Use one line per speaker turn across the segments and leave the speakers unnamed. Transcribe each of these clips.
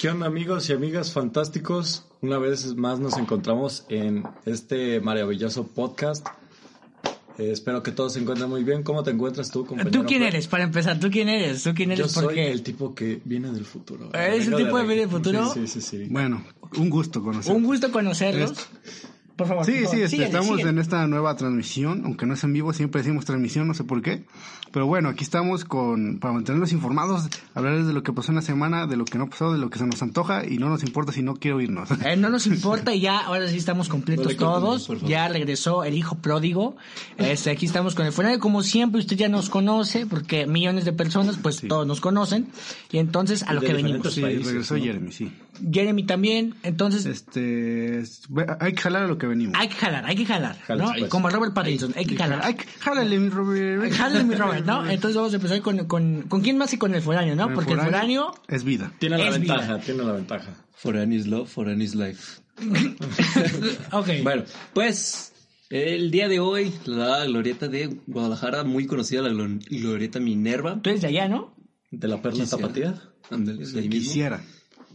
¿Qué onda amigos y amigas fantásticos? Una vez más nos encontramos en este maravilloso podcast. Eh, espero que todos se encuentren muy bien. ¿Cómo te encuentras tú, compañero?
¿Tú quién eres? Para empezar, ¿tú quién eres? ¿Tú quién
Pues Yo
eres?
soy
Porque
el tipo que viene del futuro.
¿Eres
Vengo
el ¿Eh? tipo que
la-
viene del futuro?
Sí, sí, sí. sí.
Bueno, un gusto conocer.
un gusto
Este,
conocerlos. Por favor.
Sí,
por favor,
sí, este,
síguele,
estamos
síguele.
en esta nueva transmisión, aunque no es en vivo, siempre decimos transmisión, no sé por qué. Pero bueno, aquí estamos con para mantenerlos informados, hablarles de lo que pasó en la semana, de lo que no pasó, de lo que se nos antoja y no nos importa si no quiero irnos.
Eh, no nos importa y ya, ahora sí estamos completos
No le corten,
todos.
por favor.
Ya regresó el hijo pródigo. Este, aquí estamos con el funeral. Como siempre, usted ya nos conoce, porque millones de personas, pues todos nos conocen. Y entonces, a lo
De
que
diferentes
venimos.
Sí,
países,
regresó
¿no?
Jeremy, sí.
Jeremy también. Entonces,
Este, es- ve- hay que jalar a lo que venimos.
hay que jalar, hay que jalar.
Jales,
¿no?
pues.
Como Robert Pattinson, hay que jalar.
Hay que- jálale, mi Robert.
Jálale, mi Robert, ¿no? Entonces vamos a empezar con, con, con quién más y con el foráneo, ¿no?
Con el
Porque
foráneo
el foráneo
es vida.
Tiene la
Es
ventaja, tiene la ventaja.
Foreign is love, foreign is life.
Ok.
Bueno, pues el día de hoy, la glorieta de Guadalajara, muy conocida, la glor- glorieta Minerva.
Tú eres de allá, ¿no?
¿De la perla
Quisiera.
tapatía?
Ándale, de ahí mismo.
Quisiera.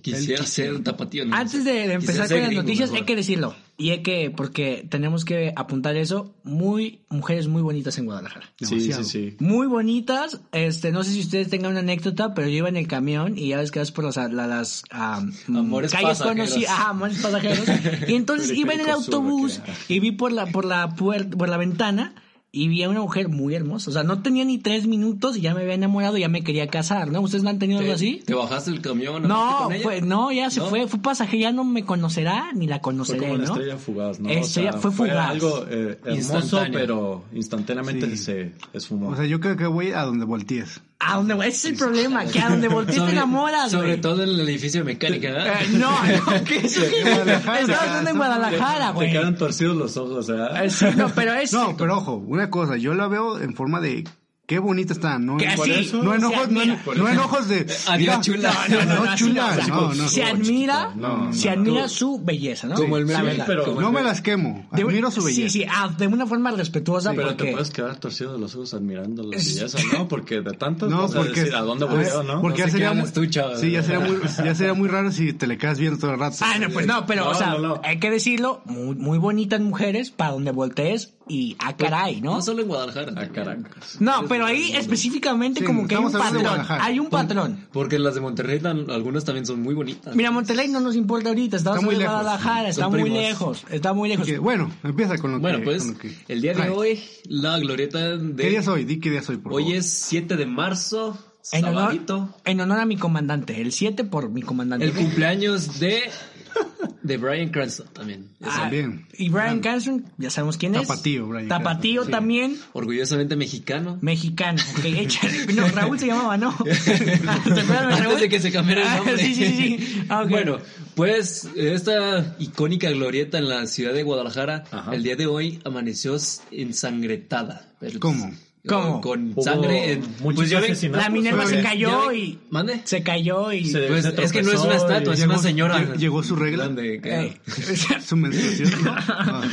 Quisiera ser tapatío. ¿no?
Antes de, de
Quisiera
empezar
ser
con las
Mm. gringo
noticias,
mejor.
hay que decirlo. Y hay que, porque tenemos que apuntar eso, muy mujeres muy bonitas en Guadalajara.
Sí, sí,
Demasiado.
sí.
Muy bonitas, este, no sé si ustedes tengan una anécdota, pero yo iba en el camión y ya ves que vas por las, la- las am,
Amores
calles
pasajeros.
conocidas, ajá, amores pasajeros. Y entonces iba en el
Periférico sur,
autobús y vi por la, por la puerta, por la ventana y vi a una mujer muy hermosa. O sea, no tenía ni tres minutos y ya me había enamorado y ya me quería casar, ¿no? ¿Ustedes no han tenido algo
¿Te,
así?
¿Te bajaste el camión? hablaste
No,
con ella?
fue, no, ya se
¿No?
fue, fue pasaje, ya no me conocerá ni la
Fue
conoceré,
como una
¿no?
estrella fugaz, ¿no?
Estrella- fue fugaz.
algo eh, hermoso,
Instantáneo.
pero instantáneamente
Sí.
se esfumó.
O sea, yo creo que voy a donde voltees.
¿A dónde, ese es el problema, que a donde voltees te
Sobre-
enamoras,
Sobre
güey.
todo en el edificio de mecánica,
Eh,
¿verdad?
no, no, ¿qué es eso?
Guadalajara.
Estaba hablando en Guadalajara,
Te
güey.
quedan torcidos los ojos, ¿eh?
Eh, sí, no, pero es...
No, pero ojo, una cosa, yo la veo en forma de qué bonita está, no
Que
Por
así,
eso- no
se
enojos, no,
admira.
no enojos de
Adiós,
mira,
chula.
No, no,
así
chula,
o sea,
no, no.
Se admira,
no,
se admira su belleza, ¿no?
Como el
La
meme,
verdad.
pero-
como el
No me
meme.
las quemo,
De-
admiro su belleza.
Sí, sí, ah, de una forma respetuosa
Pero te
porque...
puedes quedar torcido de los ojos admirando la belleza, ¿no? Porque de tantas
No,
vas a
porque
decir a dónde
a
voy
ver,
¿no?
Porque ya
No se
sería
quedan
muy,
las tuchas.
sí, ya sería muy ya sería muy raro si te le quedas viendo todo el rato.
Ah, no, pues no, pero,
No,
o sea,
no, no.
hay que decirlo, muy, muy bonitas mujeres para donde voltees y ah, caray, ¿no?
No solo en Guadalajara.
A Caracas.
No, pero ahí específicamente
Sí,
como que hay un
estamos hablando de
patrón,
Guadalajara.
hay un patrón.
Porque las de Monterrey, tan- algunas también son muy bonitas.
Mira, Monterrey no nos importa ahorita, estamos
Está muy
en
lejos.
Guadalajara, está
Son
muy
primos.
lejos, está muy lejos.
Que, bueno, empieza con lo
Bueno,
que
pues
con lo que-
el día de
Ay,
hoy, la glorieta de...
¿Qué día es hoy? Di qué día es hoy, por
Hoy
favor.
es 7 de marzo,
En honor,
sabadito.
en honor a mi comandante, el 7 por mi comandante.
El cumpleaños de, de Brian Cranston también. Es
Ah,
también.
Y Brian Cranston, ya sabemos quién es.
Tapatío, Bryan
Tapatío
Cranston, sí.
también,
orgullosamente mexicano.
mexicano. ok, échale. No, Raúl se llamaba, ¿no? ¿Te acuerdas de Raúl?
Antes de que se cambiara
Ah,
el nombre.
sí, sí, sí. Ah, ok.
Bueno, pues esta icónica glorieta en la ciudad de Guadalajara,
Ajá.
el día de hoy amaneció ensangretada. Pero- pues,
¿Cómo?
¿Cómo?
Con
Hubo
sangre. en-
muchos
pues ya ven-
asesinatos.
la Minerva
pero
se
bien,
cayó
ya-
y...
¿Mande?
Se cayó y...
Se-
Pues,
se
es que no es una
tropezó
estatua, es
y
una
llegó-
señora.
lle- llegó su regla.
Grande, claro.
Ey.
Su menstruación, ¿no? Ah.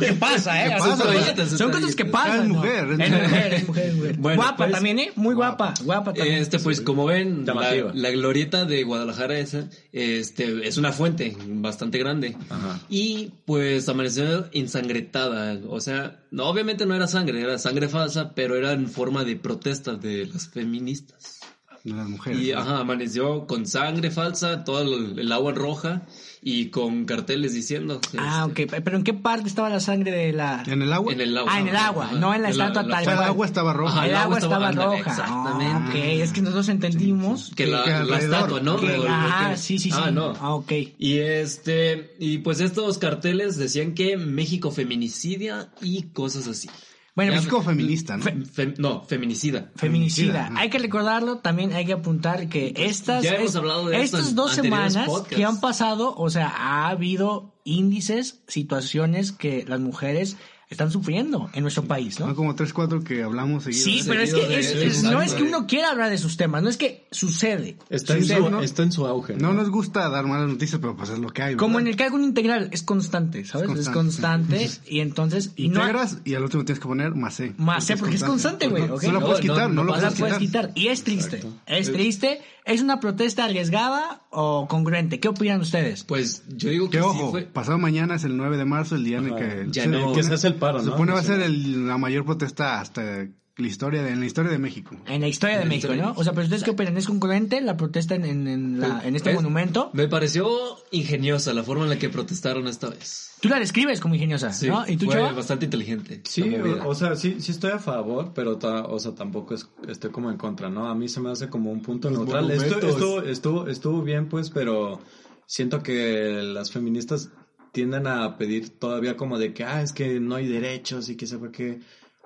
¿Qué pasa, eh?
¿Qué
O sea, son
pasa?
cosas-
Eso está
son
bien.
cosas que
Es
pasan. ¿no?
mujer, es
Es
mujer.
mujer, es mujer, es mujer.
Bueno,
guapa
pues,
también, ¿eh? Muy guapa, guapa también.
Este, pues como ven,
Llamativa.
la, la glorieta de Guadalajara esa, este, es una fuente bastante grande.
Ajá.
Y pues amaneció ensangretada. O sea, no, obviamente no era sangre, era sangre falsa, pero era en forma de protesta de las feministas.
De las mujeres.
Y ajá, amaneció con sangre falsa, todo el, el agua roja y con carteles diciendo.
Ah, ok.
este,
Pero ¿en qué parte estaba la sangre de la...?
¿En el agua?
En el agua.
Ah, en el agua,
Ajá.
no en la estatua
O
tal
sea, el
cual.
agua estaba roja.
Ajá,
el agua estaba
ándale,
roja.
exactamente.
Exactamente. ok, es que nosotros entendimos...
Que
Sí,
la,
que
la
alrededor.
estatua, ¿no?
que-
Alrededor.
ah, sí, sí, sí.
Ah, no.
Ah, ok.
Y este, y pues estos carteles decían que México feminicidia y cosas así.
Bueno,
Ya,
México feminista, ¿no?
fe- fe- no, feminicida.
Feminicida.
Feminicida.
Hay que recordarlo, también hay que apuntar que estas,
ya hemos hablado de esto
estas
en
dos
anteriores
semanas
podcasts.
que han pasado, o sea, ha habido índices, situaciones que las mujeres están sufriendo en nuestro país,
Son
¿no?
como tres, cuatro que hablamos seguido. ¿eh?
Sí,
Seguido
pero es
de-
que es-
de-
es- no es que
de-
uno quiera hablar de sus temas, no es que sucede.
Está, en
Sí,
su,
¿no?
está en su auge.
No nos gusta dar malas noticias, pero pues es lo que hay.
Como en
¿verdad?
el cargo integral, es constante, ¿sabes? Es
constante.
constante, y entonces...
Y integras y al último tienes que poner más C.
Más C, porque es constante, güey.
Pues No,
¿ok?
no lo
No,
puedes
no,
quitar, no,
no
lo
O sea,
pasa-
puedes
puedes
Puedes
quitar.
quitar. Y es triste. Es triste. Es una protesta arriesgada o congruente. ¿Qué opinan ustedes?
Pues yo digo que
Que ojo,
sí fue.
pasado mañana es el 9 de marzo, el día en el
Ajá.
que...
Ya
se
no.
supone-
Que se hace el paro,
se
¿no?
supone va a ser
Nacional.
el- la mayor protesta hasta la historia de, en la historia de México.
En la historia de
En la
México,
historia de
¿no? O sea, pero ustedes qué opinan, ¿es congruente la protesta en, en- en la- en este
¿Ves?
monumento?
Me pareció ingeniosa la forma en la que protestaron esta vez.
Tú la describes como ingeniosa,
Sí,
Ah,
¿no? ¿Y tú,
fue
Chava?
bastante inteligente. la
Sí,
movida.
o, o sea, sí, sí estoy a favor, pero ta- o sea, tampoco es- estoy como en contra, ¿no? A mí se me hace como un punto
Los
neutral. Estu-
monumentos.
Estuvo, estuvo, estuvo bien, pues, pero siento que las feministas tienden a pedir todavía como de que, ah, es que no hay derechos y que sepa qué.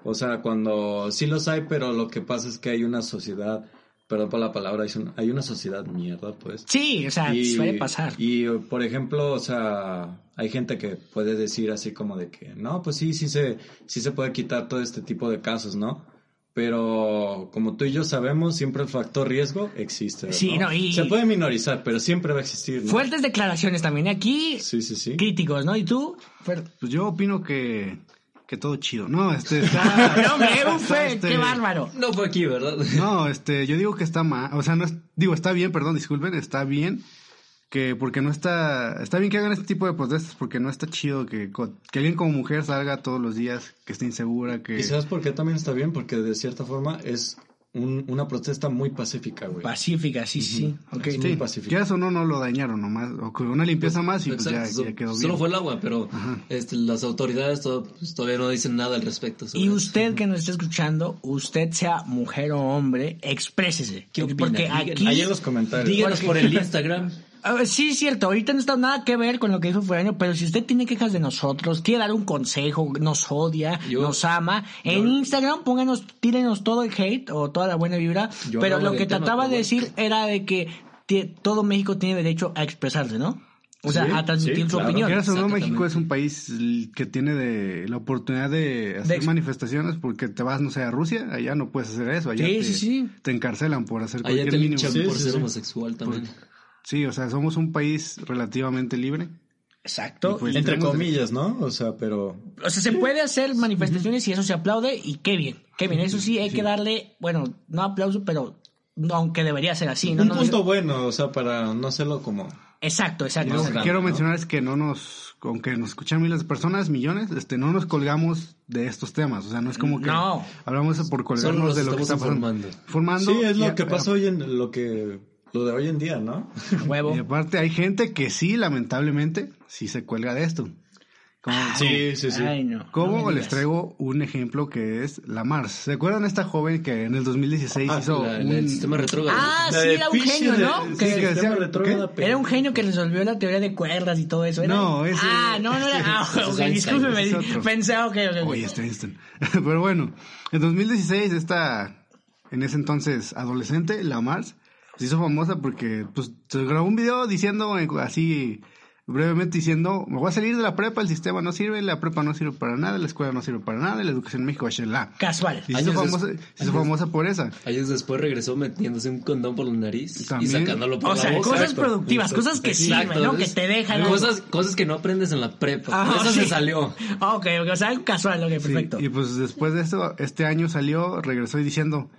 O sea, cuando sí los hay, pero lo que pasa es que hay una sociedad, perdón por la palabra, es un- hay una sociedad mierda, pues.
Sí, o sea, suele pasar.
Y, por ejemplo, o sea, hay gente que puede decir así como de que, no, pues sí, sí se, sí se puede quitar todo este tipo de casos, ¿no? Pero como tú y yo sabemos, siempre el factor riesgo existe.
Sí, no, y-
Se puede minorizar, pero siempre va a existir. ¿no?
Fuertes declaraciones también. Y Aquí,
Sí, sí, sí.
críticos, ¿no? ¿Y tú? Fer?
Pues yo opino que, que todo chido. No, este...
Ah,
está-
no, hombre, un
está,
Fer,
este,
qué bárbaro.
No fue aquí, ¿verdad?
No, este, yo digo que está mal, o sea, no es, digo, está bien, perdón, disculpen, está bien que porque no está, está bien que hagan este tipo de protestas porque no está chido que, co- que alguien como mujer salga todos los días, que esté insegura, que...
Y sabes por qué también está bien, porque de cierta forma es un- una protesta muy pacífica, güey.
Pacífica, sí, sí, sí. Ok.
Es muy
Sí,
pacífica.
quieras o no, no lo dañaron nomás, o con una limpieza más y pues ya,
Exacto,
ya quedó bien.
Solo fue el agua, pero este, las autoridades to- pues, todavía no dicen nada al respecto. sobre
Y
eso.
usted que nos está escuchando, usted sea mujer o hombre, exprésese.
¿Qué opina?
Porque
Díganos.
aquí...
Ahí en los comentarios.
Díganos
Porque-
por el Instagram.
A ver, Ah, sí, es cierto, ahorita no está nada que ver con lo que dijo Fueraño, pero si usted tiene quejas de nosotros, quiere dar un consejo, nos odia,
Yo-
nos ama, en Instagram pónganos, tírenos todo el hate o toda la buena vibra,
Yo
pero
hablaba
lo
del
que
tema,
trataba
pero
de
bueno.
decir era de que ti- todo México tiene derecho a expresarse, ¿no? O sea,
Sí,
a
sí,
transmitir su
claro.
opinión.
Quieras o no,
Exactamente.
México es un país l- que tiene de, la oportunidad de hacer
ex-
manifestaciones porque te vas, no sé, a Rusia, allá no puedes hacer eso, allá
Sí,
te,
sí, sí.
te encarcelan por hacer
Allá
cualquier
te
mínimo.
linchan pues.
Sí,
por
sí,
ser
sí.
homosexual también.
Sí, o sea, somos un país relativamente libre.
Exacto.
Y pues-
Entre
tenemos-
comillas, ¿no? O sea, pero
O sea, se puede hacer manifestaciones y eso se aplaude y qué bien, qué bien. Eso sí, hay que darle, bueno, no aplauso, pero no, aunque debería ser así. No,
un
No, no-
punto bueno, o sea, para no hacerlo como...
Exacto, exacto.
Lo
exacto.
que
grande,
quiero
¿no?
mencionar es que no nos, aunque nos escuchan miles de personas, millones, este, no nos colgamos de estos temas. O sea, no es como que
No.
hablamos por
Solo
colgarnos
nos
de lo que
estamos
está pasando.
informando.
Formando
Sí, es
y
lo
a-
que pasa hoy en lo que lo de hoy en día, ¿no?
Huevo.
Y aparte hay gente que sí, lamentablemente, sí se cuelga de esto. Ah,
Sí, sí, sí.
Ah, Ay, no.
¿Cómo
No me
les
digas.
traigo un ejemplo que es la Mars? ¿Se acuerdan de esta joven que en el 2016
Ah,
hizo
La-
un...
la- el sistema retrógrado.
Ah,
La
sí,
de
era un
Fisher,
genio, ¿no?
de-
Que-
sí, que
que
decía,
decía-
retrógrada, pero-
Era un genio que resolvió la teoría de cuerdas y todo eso. ¿era?
No, ese-
Ah, no, no era. Ah,
Ese es
ok,
Einstein,
discúlpeme.
ese es otro.
Pensé, ok, ok, ok.
Oye, este Einstein. Pero bueno, en 2016 esta, en ese entonces adolescente, la Mars, se hizo famosa porque pues se grabó un video diciendo eh, así brevemente diciendo, me voy a salir de la prepa, el sistema no sirve, la prepa no sirve para nada, la escuela no sirve para nada, la educación en México es la.
Casual.
Y se hizo
Años des-
famosa, se hizo
años-
famosa por esa.
Años después regresó metiéndose un condón por la nariz
También.
y sacándolo por
O
la
sea,
boca.
cosas
Exacto.
productivas, cosas que sirven, ¿no? Que
entonces,
te dejan. algo.
Cosas, cosas que no aprendes en la prepa.
Ah,
Por eso
sí.
se salió.
Ah, Ok, ok, o sea, algo casual, ok,
Sí,
perfecto.
y pues después de eso, este año salió, regresó y diciendo,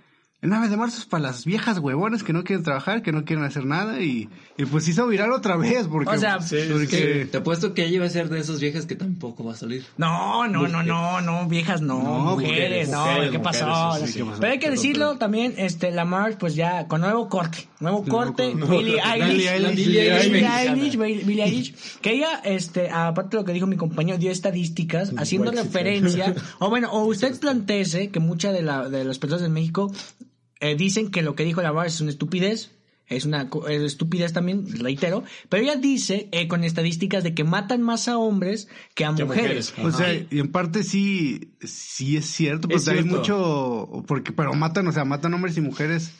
el 9 de marzo es para las viejas huevonas que no quieren trabajar, que no quieren hacer nada y, y pues hizo viral otra vez porque...
O sea,
porque-
Porque te apuesto que ella iba a ser de esas viejas que tampoco va a salir.
No, no, no, no, no, viejas no,
No,
mujeres,
mujeres,
no,
mujeres,
¿qué pasó?
mujeres, sí, sí,
¿qué pasó?
Pero hay que decirlo también, este, Lamar, pues ya, con nuevo corte, nuevo corte,
corte.
Billie
Nuevo corte.
Eilish,
Billie
Eilish,
Billie
Billie
Eilish,
Eilish.
Billie Eilish, Billie- Billie Eilish, que ella, este, aparte de lo que dijo mi compañero, dio estadísticas, haciendo
White
referencia, o bueno, o usted planteese que muchas de, la, de las personas en México eh, dicen que lo que dijo Lamar es una estupidez, es una co- es estupidez también, reitero, pero ella dice eh, con estadísticas de que matan más a hombres que a
Que a
mujeres.
mujeres.
O sea, y en parte sí, sí es cierto,
Es
porque hay
cierto.
mucho, porque, pero matan, o sea, matan hombres y mujeres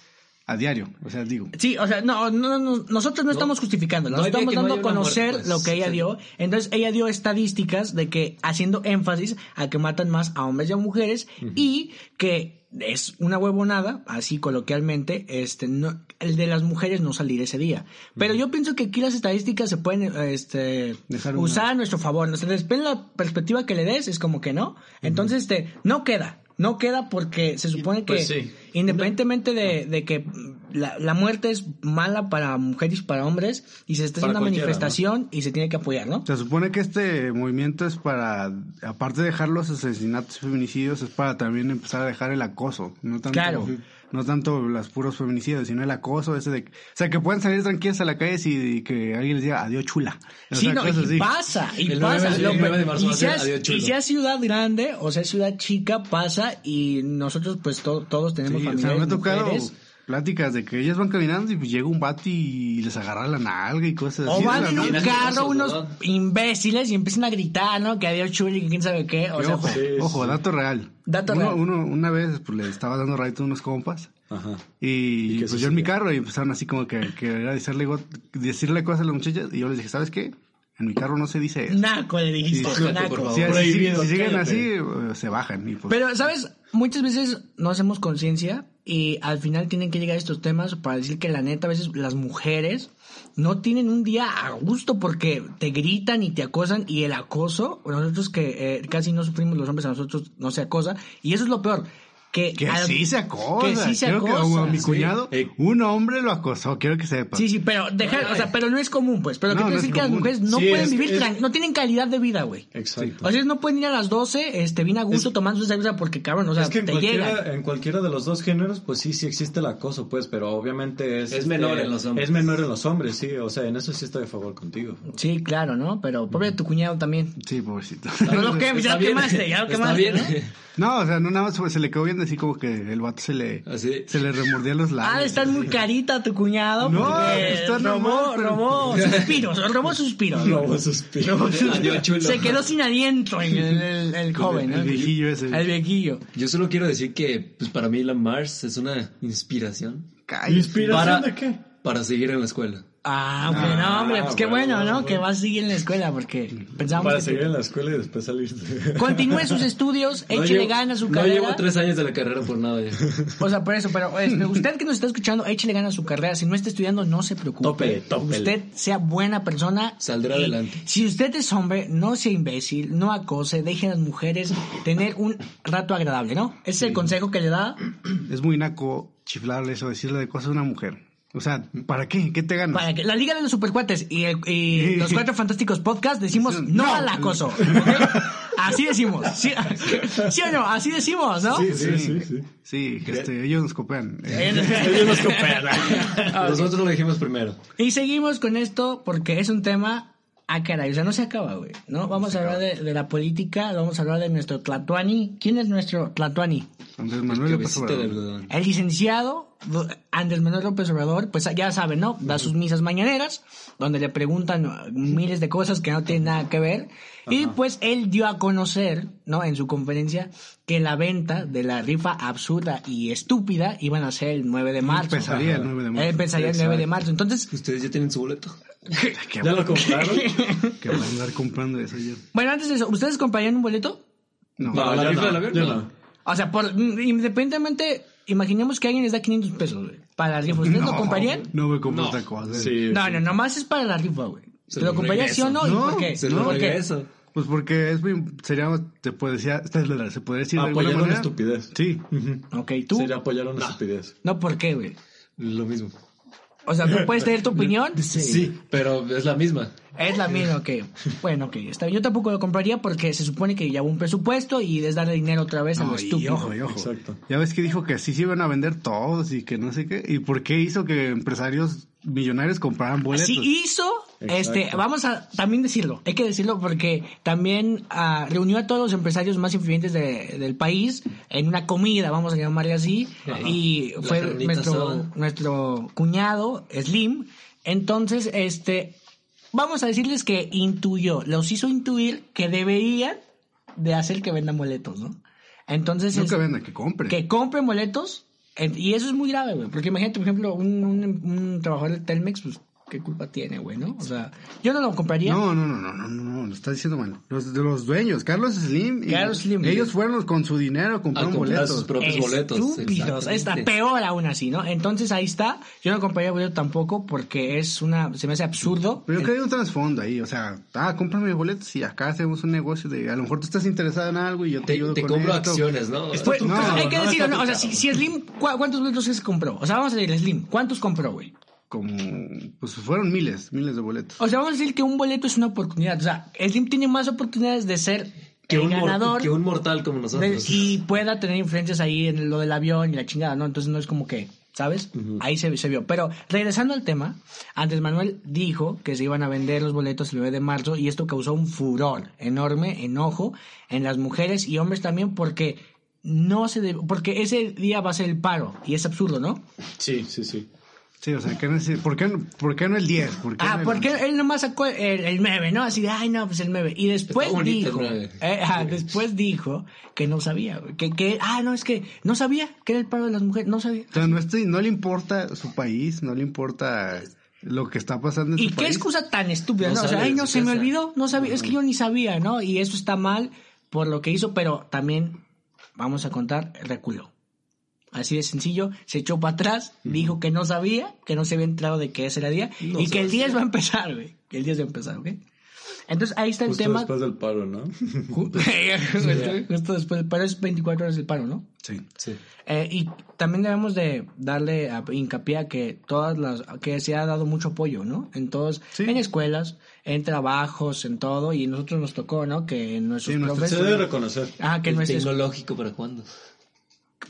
a diario, o sea, digo.
Sí, o sea, no, no, no, nosotros no, estamos justificándolo,
no hay día
estamos
que no
dando a
haya una
conocer
muerte, pues,
lo que ella
sí.
dio. Entonces, ella dio estadísticas de que haciendo énfasis a que matan más a hombres y a mujeres y que es una huevonada, así coloquialmente, este, no, el de las mujeres no salir ese día. Pero yo pienso que aquí las estadísticas se pueden este,
Dejar una-
usar a nuestro favor. O sea, depende de la perspectiva que le des, es como que no. Entonces, este, no queda. No queda porque se supone que
Pues sí.
independientemente de, de que la, la muerte es mala para mujeres y para hombres y se está
Para
haciendo una
cualquiera,
manifestación y se tiene que apoyar, ¿no?
Se supone que este movimiento es para, aparte de dejar los asesinatos y feminicidios, es para también empezar a dejar el acoso. No tanto,
Claro.
No tanto los puros feminicidios, sino el acoso ese de... O sea, que puedan salir tranquilas a la calle si- y que alguien les diga adiós chula. O
Sí,
sea,
no,
cosas
y
así.
pasa, y
El
pasa.
9 de-
Lo-
el 9 de marzo va
y
a ser
sea-
Adiós Chulo.
y sea ciudad grande o sea ciudad chica, pasa y nosotros pues to- todos tenemos
Sí, o sea,
familiares,
me ha tocado
mujeres.
pláticas de que ellas van caminando y pues llega un vato y les agarra la nalga y cosas
O
así.
van
de la
en un
nada.
Las
carro
cosas,
unos
¿verdad?
imbéciles y empiezan a gritar, ¿no? Que adiós chulo y que quién sabe qué. O
Y
sea,
ojo,
pues,
ojo, dato real.
Dato
uno,
real.
uno- una vez pues, le estaba dando rato a unos compas
Ajá.
y,
¿Y qué
pues yo en
sucedió?
mi carro y empezaron así como que, que era decirle, go- decirle cosas a las muchachas y yo les dije, ¿sabes qué? En mi carro no se dice eso.
naco le dijiste,
Bájate,
naco.
por favor.
Si, si- si-
Prohibido,
si siguen
cállate.
así, eh, se bajan. Y, pues,
Pero, ¿sabes? Muchas veces no hacemos conciencia y al final tienen que llegar estos temas para decir que la neta a veces las mujeres no tienen un día a gusto porque te gritan y te acosan y el acoso, nosotros que eh, casi no sufrimos los hombres, a nosotros no se acosa y eso es lo peor. Que,
que
al-
sí se acosa.
Que sí se
Creo que
acosa.
a mi
Sí.
cuñado,
Eh.
un hombre lo acosó, quiero que sepa.
Sí, sí, pero dejar, o sea, pero no es común, pues. Pero
No,
que
no
quiero
es
decir que las
común.
mujeres no
Sí,
pueden
es-
vivir,
es-
tran- no tienen calidad de vida, güey.
Exacto.
O sea, no pueden ir a las 12, este, bien a gusto tomando su cerveza porque, cabrón, o sea,
es que en
te llegan.
cualquiera, en cualquiera de los dos géneros, pues sí, sí existe el acoso, pues, pero obviamente es... este,
Es menor en los hombres.
Es menor en los hombres, sí, o sea, en eso sí estoy de favor contigo.
Sí, claro, ¿no? Pero pobre tu cuñado también.
Sí, pobrecito.
No lo quemes, pues ya
Está
lo
bien.
quemaste, ya lo
Está
quemaste.
bien.
¿no?
No, o sea, no nada más pues, se le quedó viendo así como que el vato se le,
Así.
se le remordía los labios.
Ha de estar Ah, muy carita tu cuñado.
No,
porque
está
robó,
normal, pero-
robó suspiros, robó suspiros.
suspiro.
Adiós, chulo.
Se quedó sin aliento en el, el- el joven, ¿no?
el viejillo ese.
El viejillo.
Yo solo quiero decir que pues, para mí la Mars es una inspiración
Cállate.
¿Inspiración
Para-
de qué?
para seguir en la escuela.
Ah, hombre, no, hombre, pues qué
bueno,
bueno, ¿no?
bueno.
Que va a seguir en la escuela porque pensamos
Para
que...
seguir en la escuela y después salir de...
Continúe sus estudios,
No
échele
llevo-
ganas a su
No
carrera.
llevo tres años de la carrera por nada ya.
O sea, por eso, pero este, usted que nos está escuchando, échele ganas a su carrera. Si no está estudiando, no se preocupe.
Tópele, tópele.
Usted sea buena persona.
Saldrá
Y
adelante.
Si usted es hombre, no sea imbécil, no acose, deje a las mujeres tener un rato agradable, ¿no? Ese es el consejo que le da.
Es muy naco chiflarle eso, decirle de cosas a una mujer. O sea, ¿para qué? ¿Qué te ganas?
Para que, la Liga de los Supercuates y, el- y los Cuatro Fantásticos Podcast decimos no,
No.
al acoso. ¿ok? Así decimos. ¿Sí, ¿Sí o no? Así decimos, ¿no?
Sí, sí, sí, sí.
Sí, que este, ellos nos copian. Eh,
Ah,
Nosotros lo dijimos primero.
Y seguimos con esto porque es un tema a caray, o sea, no se acaba, güey, ¿no? Vamos a hablar de, de la política, vamos a hablar de nuestro Tlatuani. ¿Quién es nuestro Tlatuani?
Andrés Manuel López
Cabecita de
Obrador.
algodón.
El licenciado do- Andrés Manuel López Obrador, pues ya saben, ¿no? Da sus misas mañaneras, donde le preguntan uh, miles de cosas que no tienen nada que ver. Y pues él dio a conocer, ¿no? En su conferencia, que la venta de la rifa absurda y estúpida iban a ser el 9 de marzo.
Empezaría el 9 de marzo.
Empezaría Eh, el 9 de marzo. Entonces,
Ustedes ya tienen su boleto.
¿Qué,
¿Ya lo compraron?
que van a andar comprando eso ayer?
Bueno, antes de eso, ¿ustedes comprarían un boleto?
No.
No, la
yo
rifla
no,
de la verga.
yo
no.
no.
O sea, por, mm, independientemente, imaginemos que alguien les da 500 pesos, güey, para la rifa. ¿Ustedes lo comprarían?
No me compro
No.
otra cosa.
Sí,
No,
sí.
no, nomás es para la rifa, güey.
Se
¿Te lo
lo
comprarías sí o no? ¿Y
No,
por qué?
Se
¿Por
lo
qué?
regreso.
Pues porque es muy, sería, te puede decir, se puede decir de alguna
Apoyar una
manera.
estupidez.
Sí.
Ok, ¿tú?
Sería apoyar una estupidez.
No, ¿por qué, güey?
Lo mismo.
O sea, ¿tú puedes tener tu opinión?
Sí. pero es la misma.
Es la misma, ok. Bueno, ok. Está bien. Yo tampoco lo compraría porque se supone que ya hubo un presupuesto y es darle dinero otra vez a
No,
lo
y
estúpido.
ojo, y ojo.
Exacto.
Ya ves que dijo que sí se iban a vender todos y que no sé qué. ¿Y por qué hizo que empresarios millonarios compraban boletos.
Sí hizo,
Exacto.
este, vamos a también decirlo, hay que decirlo porque también ah, reunió a todos los empresarios más influyentes de- del país en una comida, vamos a llamarle así, y
La
fue
carnita
nuestro,
asada.
nuestro cuñado, Slim, entonces, este, vamos a decirles que intuyó, los hizo intuir que deberían de hacer que vendan boletos, ¿no? Entonces, este,
No
es-
que vendan, que compren.
que compren boletos. en- Y eso es muy grave, güey. Porque imagínate, por ejemplo, un, un- un trabajador de Telmex, pues, ¿qué culpa tiene, güey, no? O sea, yo no lo compraría.
No, no, no, no, no, no, no, lo estás diciendo mal. Los, de los dueños, Carlos Slim. y-
Carlos Slim. Ah,
Ellos fueron los- con su dinero,
A
compraron
comprar
boletos.
sus propios boletos.
Estúpidos.
exactamente.
Está peor aún así, ¿no? Entonces ahí está. Yo no compraría boleto tampoco porque es una. Se me hace absurdo.
Pero yo creo que hay un trasfondo ahí, o sea, ah, cómprame boletos y acá hacemos un negocio de, a lo mejor tú estás interesado en algo y yo te,
Te,
ayudo
te
con
compro
esto.
acciones, ¿no?
Está
Pues,
trucado,
hay que
¿no?
decirlo,
Está
¿no? O sea, si,
trucado.
si Slim, ¿cu- ¿cuántos boletos se compró? O sea, vamos a decir Slim, ¿cuántos compró, güey?
Como, pues fueron miles, miles de boletos.
O sea, vamos a decir que un boleto es una oportunidad. O sea, Slim tiene más oportunidades de ser
que,
el
un mor-
ganador.
que un mortal como
De-
nosotros.
y pueda tener influencias ahí en lo del avión y la chingada, ¿no? Entonces no es como que, ¿sabes? Ahí se, se vio. Pero regresando al tema, Andrés Manuel dijo que se iban a vender los boletos el 9 de marzo y esto causó un furor enorme, enojo en las mujeres y hombres también porque no se debe- porque ese día va a ser el paro y es absurdo, ¿no?
Sí, sí, sí.
Sí, o sea, ¿qué neces- ¿por, qué, no- ¿por qué no el 10? ¿Por qué no
Ah,
el
porque
11?
él nomás sacó el, el 9, ¿no? Así de, ay, no, pues el 9. Y después
Está bonito el
dijo,
nueve.
eh, ah, después dijo que no sabía, güey, que, que, ah, no, es que no sabía que era el paro de las mujeres, no sabía.
O sea, no, estoy- no le importa su país, no le importa lo que está pasando en
¿Y
su
qué
país.
excusa tan estúpida?
No
¿no? O sea,
sale de
ay, no,
su
se me
casa".
olvidó, no sabía, es que yo ni sabía, ¿no? Y eso está mal por lo que hizo, pero también, vamos a contar, reculó. Así de sencillo, se echó para atrás, dijo que no sabía, que no se había enterado de que ese era el día,
No
y
se
que
va
el
a
10 va a empezar, güey. Que el 10 va a empezar, ¿ok? Entonces ahí está el
Justo
tema.
después del paro, ¿no?
Ju- Justo justo después, pero es 24 horas el paro, ¿no?
Sí.
Sí.
Eh, y también debemos de darle a- hincapié a que todas las que se ha dado mucho apoyo, ¿no? En todos,
Sí.
en escuelas, en trabajos, en todo y nosotros nos tocó, ¿no? Que nuestros
Sí, nuestro-
Se
profesores,
debe reconocer.
ah, que
El
nuestros,
tecnológico para cuándo.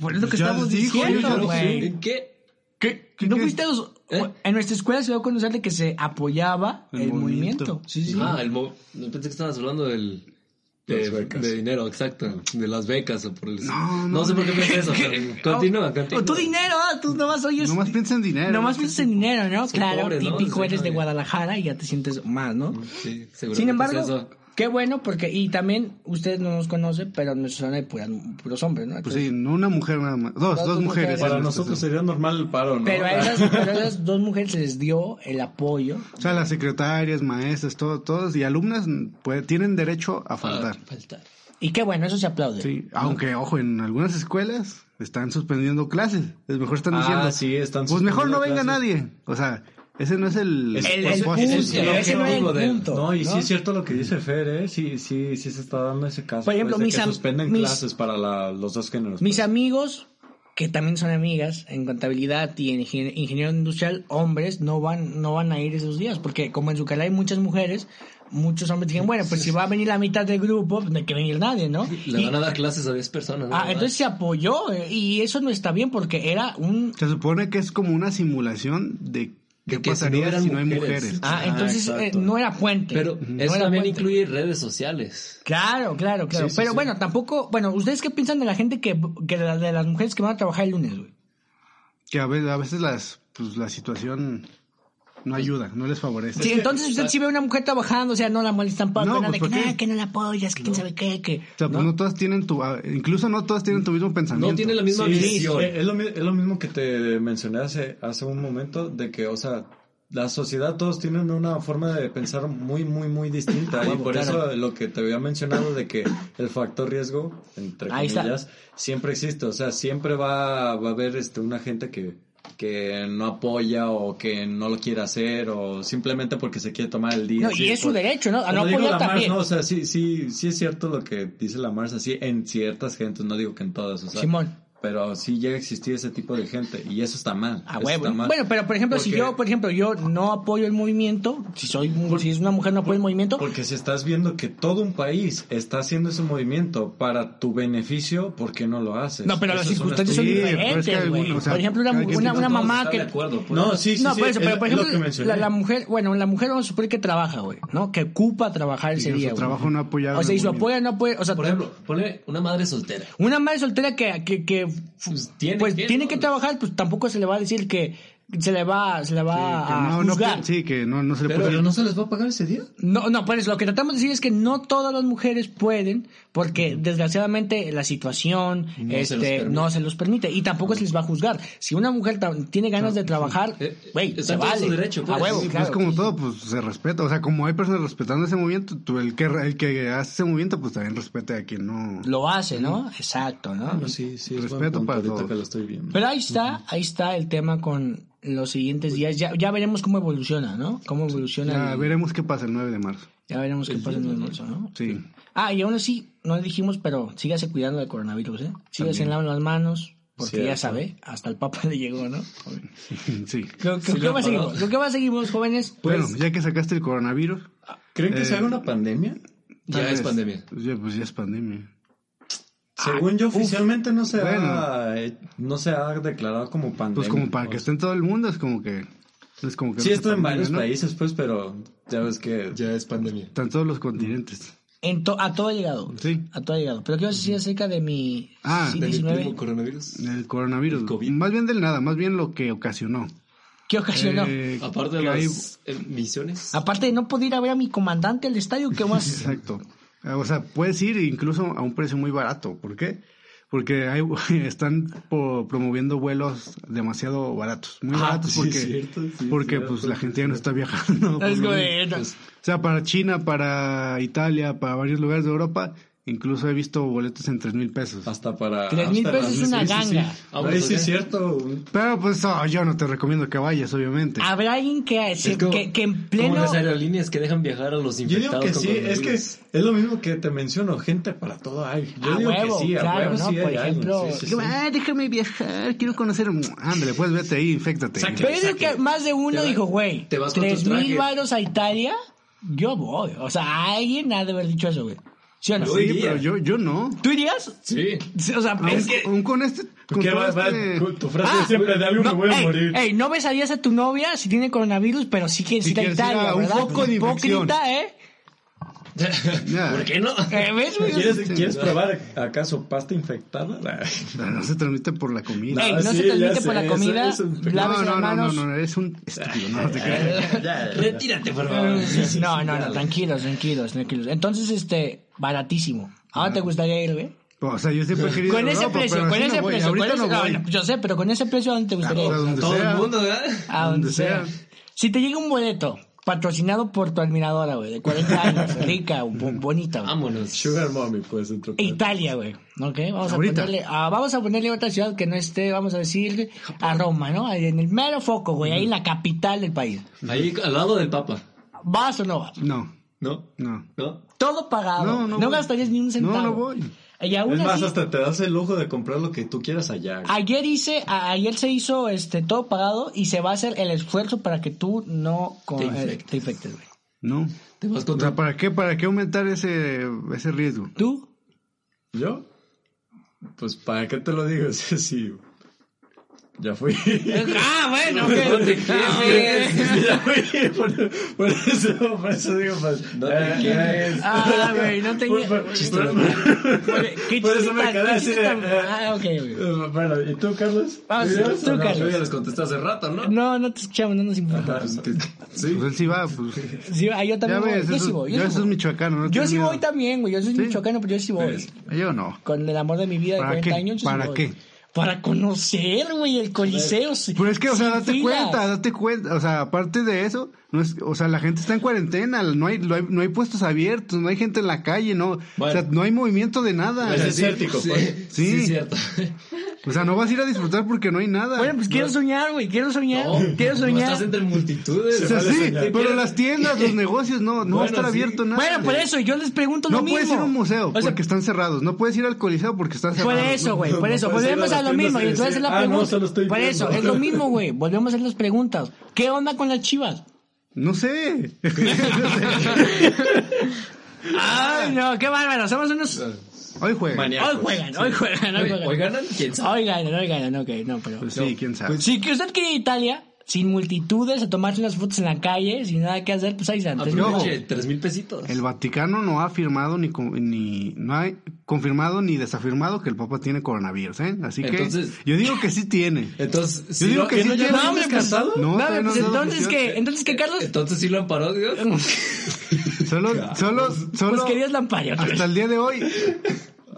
por lo que
Ya
estamos
les digo, yo ya
diciendo,
lo
güey.
¿En qué?
¿Qué? ¿Qué-
¿No
qué?
fuiste a los-
¿Eh?
en nuestra escuela se dio a conocer de que se apoyaba el,
El
movimiento.
movimiento.
Sí, sí.
Ah, el mo- no pensé que estabas hablando del. De,
Las becas.
de dinero, exacto. De las becas o por el.
No, no.
sé por qué pensé eso. pero Continúa,
O
continúa.
Oh, tu dinero, ah, tú nomás oyes.
Nomás piensa en dinero.
Nomás piensas en dinero, ¿no?
Son
claro,
pobres, ¿no?
típico
Sí,
eres de
no, ya.
Guadalajara y ya te sientes más, ¿no?
Sí, seguramente
Sin embargo,
es eso.
qué bueno porque, y también ustedes no nos conocen, pero en nuestra zona hay puras- puros hombres, ¿no?
Pues sí, no una mujer nada más. Dos,
Dos
dos,
mujeres.
mujeres.
Para nosotros sería normal el paro, ¿no? Ah,
pero, a esas, pero a esas dos mujeres se les dio el apoyo.
O sea, las secretarias, maestras, todo, todos y alumnas pues, tienen derecho a faltar.
Ah, faltar.
Y qué bueno, eso se aplaude.
Sí, aunque, ojo, en algunas escuelas están suspendiendo clases. Es mejor están
Ah,
diciendo.
sí, están
Pues mejor no venga
suspendiendo
nadie. O sea, ese no es el.
El, el,
propósito.
punto, ese no era el
objetivo del-
punto,
No, y sí
¿no?
es cierto lo que dice Fer, ¿eh? Sí, sí, sí se está dando ese caso.
Por ejemplo,
pues, de
mis
que
am-
suspenden
mis-
clases para la- los dos géneros.
Mis
pues.
amigos, que también son amigas en contabilidad y en ingen- ingeniero industrial, hombres, no van, no van a ir esos días, porque como en su canal hay muchas mujeres, muchos hombres dicen, bueno, pues si va a venir la mitad del grupo, pues no hay que venir nadie, ¿no?
Le
Y-
van a dar clases a 10 personas. nada
ah,
más.
entonces se apoyó, eh, y eso no está bien, porque era un...
Se supone que es como una simulación de
De
qué
que si no
pasaría
eran
si no hay
mujeres.
mujeres.
Ah,
Ah,
entonces eh,
exacto.
no era puente.
Pero
No
eso
era
también
puente.
incluye redes sociales.
Claro, claro, claro.
Sí, sí,
Pero
sí.
bueno, tampoco... Bueno, ¿ustedes qué piensan de la gente que... que de la- de las mujeres que van a trabajar el lunes, güey?
Que a veces, a veces las, pues, la situación no ayuda, no les favorece.
Sí, entonces usted sí ve a una mujer trabajando, o sea, no la molestan para
No,
nada,
pues,
de que,
¿por qué?
"Nah, que no la apoyas, que quién sabe qué, que...
O sea, pues no todas tienen tu, ah, incluso no todas tienen tu mismo pensamiento.
No tiene la misma
Sí,
visión.
es, es lo, mi- es lo mismo que te mencioné hace, hace un momento, de que, o sea, la sociedad todos tienen una forma de pensar muy, muy, muy
Ah,
distinta. y por eso lo que te había mencionado de que el factor riesgo, entre
Ahí está.
comillas, siempre existe. O sea, siempre va, va a haber este, una gente que que no apoya o que no lo quiere hacer o simplemente porque se quiere tomar el día.
No, y es su derecho, ¿no? A
Como
no
digo,
apoyar
la Mars,
también.
¿no? O sea, sí, sí, sí es cierto lo que dice la Mars, así en ciertas gentes, no digo que en todas. O sea,
Simón.
Pero sí llega a existir ese tipo de gente y eso está mal.
A
eso
huevo.
está mal.
Ah, Bueno, pero por ejemplo, si
Porque-
yo, por ejemplo, yo no apoyo el movimiento, si soy un- si es una mujer no apoyo el movimiento,
Porque si estás viendo que todo un país está haciendo ese movimiento para tu beneficio, ¿por qué no lo haces?
no, pero
Eso
las
es una
circunstancias son
Sí,
estupidez.
pero es que
diferentes, güey.
algunos, o sea,
por ejemplo, una,
cada quien
una,
tiene
una
Todos
mamá
están
que
de acuerdo, pues.
No, sí, sí,
no,
sí,
por eso,
es
pero por
lo
ejemplo,
que mencioné. Ah,
la, la mujer, bueno, la mujer vamos a suponer que trabaja, güey, ¿no? Que ocupa trabajar ese
Y su
día, güey.
trabajo no apoyado
O sea, y
en
su
el
apoyo no apoya, o sea,
Por ejemplo, ponle una madre soltera.
una madre soltera que, que, que, pues,
tiene que,
tiene
¿no?
que trabajar, pues tampoco se le va a decir que se le va, se le va
Que
a
no, no,
juzgar.
que- sí, que no, no se le
Pero,
puede.
no se les va a pagar ese día.
No, no, pues lo que tratamos de decir es que no todas las mujeres pueden, porque desgraciadamente la situación
No se los
este,
permite.
no se los permite y tampoco se les va a juzgar. Si una mujer ta- tiene ganas de trabajar,
Eh,
güey,
está
se
en todo
vale.
su derecho,
a
pues.
huevo,
Sí,
Pues
claro.
es como todo, pues se respeta. O sea, como hay personas respetando ese movimiento, tú, el que, el que hace ese movimiento, pues también respeta a quien no.
Lo hace, ¿no? Exacto, ¿no? Pues,
Bueno, sí, sí, es buen
Respeto
punto,
para
ahorita
todos.
que lo estoy viendo.
Pero ahí está, ahí está el tema con los siguientes días. Ya, ya veremos cómo evoluciona, ¿no? Cómo evoluciona.
Ya
el-
veremos qué pasa el 9 de marzo.
ya veremos qué pasa en el marzo, ¿no?
Sí.
Ah, y aún así, no le dijimos, pero sígase cuidando del coronavirus, ¿eh? Sígase lavando las manos, porque ya
Cierto.
sabe, hasta el Papa le llegó, ¿no?
sí.
¿Con,
Sí,
con qué
lo
más
apagó.
seguimos? ¿Con qué más seguimos, pues, jóvenes?
bueno, ya que sacaste el coronavirus.
¿Creen que
Eh,
se haga una pandemia?
Ya
tal
es
vez-
pandemia.
Ya, pues ya es pandemia.
Según
ah,
yo, oficialmente no se,
bueno.
ha, eh, no se ha declarado como pandemia.
Pues como para que
O sea,
esté en todo el mundo, es como que. Es como que
Sí,
no
esto
se
en
pandemia,
varios
¿no?
países, pues, pero ya ves que...
Ya es pandemia.
Está en todos los continentes.
En to- a todo ha llegado.
Sí.
A todo ha llegado. Pero quiero decir acerca de mi
Ah,
sí,
de
¿Del
19.
primo coronavirus?
El coronavirus.
El COVID.
Más bien del nada, más bien lo que ocasionó.
¿Qué ocasionó?
Eh,
Aparte de
que hay-
las eh, misiones.
Aparte de no poder ir a ver a mi comandante al estadio, ¿qué más?
Exacto. Ah, O sea, puedes ir incluso a un precio muy barato. ¿Por qué? Porque hay- están po- promoviendo vuelos demasiado baratos. Muy baratos porque, porque pues la gente ya no pues, está viajando. por
Es
lo
como
mismo.
de-
O sea, para China, para Italia, para varios lugares de Europa, incluso he visto boletos en tres mil pesos.
Hasta para...
Tres mil
Ámsterdam,
pesos es
sí,
una
sí, sí.
ganga.
Ah,
Ay,
pues,
sí,
ok.
es cierto. un-
Pero pues oh, yo no te recomiendo que vayas, obviamente.
Habrá alguien que, se-
Es como-
que, que en
Como
pleno.
las aerolíneas que dejan viajar a los
Yo digo
infectados
que
con
sí, es que
coronavirus.
es lo mismo que te menciono, gente para todo hay. Yo
a
digo
Ah, huevo,
que sí, a
claro,
huevo
¿no?
sí
Por
hay
ejemplo,
alguien, sí, sí, sí.
Ah, déjame viajar, quiero conocer. Ándale, pues vete ahí, infectate.
Saca-
Pero yo digo que más de uno
Te va-
dijo, güey,
te vas con
tres
tu traje.
mil varos a Italia, yo voy. O sea, alguien ha de haber dicho eso, güey. ¿Sí o no?
Yo
Sí,
iría.
pero yo, yo no.
¿Tú irías?
Sí.
Sí, O sea,
Aún,
es que...
aún con este. Con
¿Qué
todo
va, va?
este-
Tu- Tu frase
Ah,
de siempre de algo me voy a
ey,
morir.
ey, no besarías a tu novia si tiene coronavirus, pero sí quieres
Si
ir a
quieres ir a
Italia,
un
¿verdad?
foco de infección.
Hipócrita, ¿eh?
Ya.
¿Por qué no?
Eh, ¿Ves, güey?
¿Quieres,
Sí.
quieres probar acaso pasta infectada?
No se transmite por la comida.
Ey, no
sí,
se
ya
transmite
sé,
por la
eso
comida,
es un pecado.
lávese las
no, no, no, no,
manos.
no, es un estúpido, no, no te creas.
Retírate, por favor. Sí, sí,
No, no,
sí, ya.
no, tranquilos, tranquilos, tranquilos. Entonces, este, baratísimo. Ahora te gustaría ir, güey.
O sea, yo siempre he querido
Con
ir a
ese
Europa,
precio,
pero
con
así no
ese
voy,
precio, con
Ahorita
ese-
no
no,
voy.
no, yo sé, pero con ese precio, ¿a dónde te gustaría
O sea,
ir?
donde
Todo
sea.
el mundo, ¿verdad?
A donde
donde
sea.
sea.
Si te llega un boleto patrocinado por tu admiradora, güey, de 40 años, rica, bo- bonita, güey.
Vámonos.
Sugar Mommy, pues, en tu
E Italia, güey. Ok, vamos a,
Ahorita.
ponerle, ah, vamos a ponerle otra ciudad que no esté, vamos a decir, a Roma, ¿no? Ahí En el mero foco, güey, ahí en la capital del país.
Ahí al lado del Papa.
¿Vas o no vas?
No,
¿No?
no.
¿No?
Todo pagado.
No,
No,
no voy.
gastarías ni un centavo.
No, no voy.
Y aún
Es más,
así, Ah.
hasta te das el lujo de comprar lo que tú quieras allá. güey.
ayer hice, a- ayer se hizo este todo pagado y se va a hacer el esfuerzo para que tú no co-
Te
eh,
infectes.
te infectes, güey.
No.
Te vas
O
con
sea,
tu...
¿para qué, para qué aumentar ese, ese riesgo?
¿Tú?
¿Yo? Pues, ¿para qué te lo digo? Sí, sí. Ya fui.
ah, bueno,
No te
ok.
quejes.
ya fui. Por, por eso, por eso digo, pues.
No te quieres.
Ah, güey, no tenía.
Por- por-
Chiste
por-
Oye, ¿Qué
Por eso
chiste
me
tan-
quedé
qué
así
chiste
de-
tan- Ah, ok, güey.
Eh, Bueno, ¿y tú, Carlos?
Ah, sí,
¿Videos
tú,
o no?
No, yo ya les contesté hace rato, ¿no?
No, no te escuchamos, no nos importa.
Sí.
Pues él sí va, pues.
Sí, ah, yo
Ya
también voy,
ves,
yo
eso,
sí voy.
ya
Yo
eso
sí
es
voy.
michoacano. no
Yo
tengo
sí
miedo.
voy también, güey. Yo soy michoacano, pero yo sí voy.
Yo no.
Con el amor de mi vida de
¿Para
40
qué?
años. yo sí
¿Para
voy.
qué?
Para conocer, güey, el Coliseo. sí-
Pero es que, o sea,
sin
date
filas.
cuenta, date cuenta. O sea, aparte de eso, no es, o sea, la gente está en cuarentena, no hay, no hay, no hay puestos abiertos, no hay gente en
Pues
la calle, no, o sea, no hay movimiento de nada.
Es desértico,
Sí,
pues.
sí,
Sí.
es cierto.
O sea, no vas a ir a disfrutar porque no hay nada.
Bueno, pues quiero soñar, güey, quiero soñar,
No,
quiero
no
soñar.
Oh, estás entre multitudes.
O sea,
vale
sí,
soñar.
pero las tiendas, los negocios, no, no va a
Bueno,
estar
sí.
abierto nada.
Bueno, por eso, yo les pregunto
No
lo mismo.
puedes ir a un museo
O sea,
porque están cerrados. No puedes ir al coliseo porque están
Por
cerrados.
eso, güey, por
no
eso.
puedes ir a
Volvemos
las
a lo
tiendas
mismo.
y
Y tú haces
decir,
la
"Ah, no,
pregunta.
solo estoy
por eso,
viendo".
es lo mismo, güey. Volvemos a hacer las preguntas. ¿Qué onda con las chivas?
No sé.
Ay, no, qué bárbaro. Somos unos.
Hoy juega.
Maníacos.
Hoy
pues,
juegan, hoy juegan, hoy
Hoy,
juegan.
hoy ganan, quién sabe.
Hoy ganan, hoy ganan, ok, no, pero.
Pues sí,
Ah.
quién sabe.
Si que usted quiere ir a Italia, sin multitudes, a tomarse unas fotos en la calle, sin nada que hacer, pues ahí
Ah,
están. Entonces,
no.
Aproveche, tres mil pesitos.
El Vaticano no ha afirmado ni, con- ni no ha confirmado ni desafirmado que el Papa tiene coronavirus, ¿eh? Así que
Entonces-
yo digo que sí tiene.
Entonces,
Yo
si
digo
lo-
que
¿qué
sí
no, ya
tiene-
lo han
No, hombre,
descansado?
No,
Dale,
todavía no
pues,
han dado
entonces
oficial.
que, entonces que Carlos,
eh,
Entonces sí lo amparó Dios.
Solo, solo, solo.
pues querías lampario.
Hasta el día de hoy.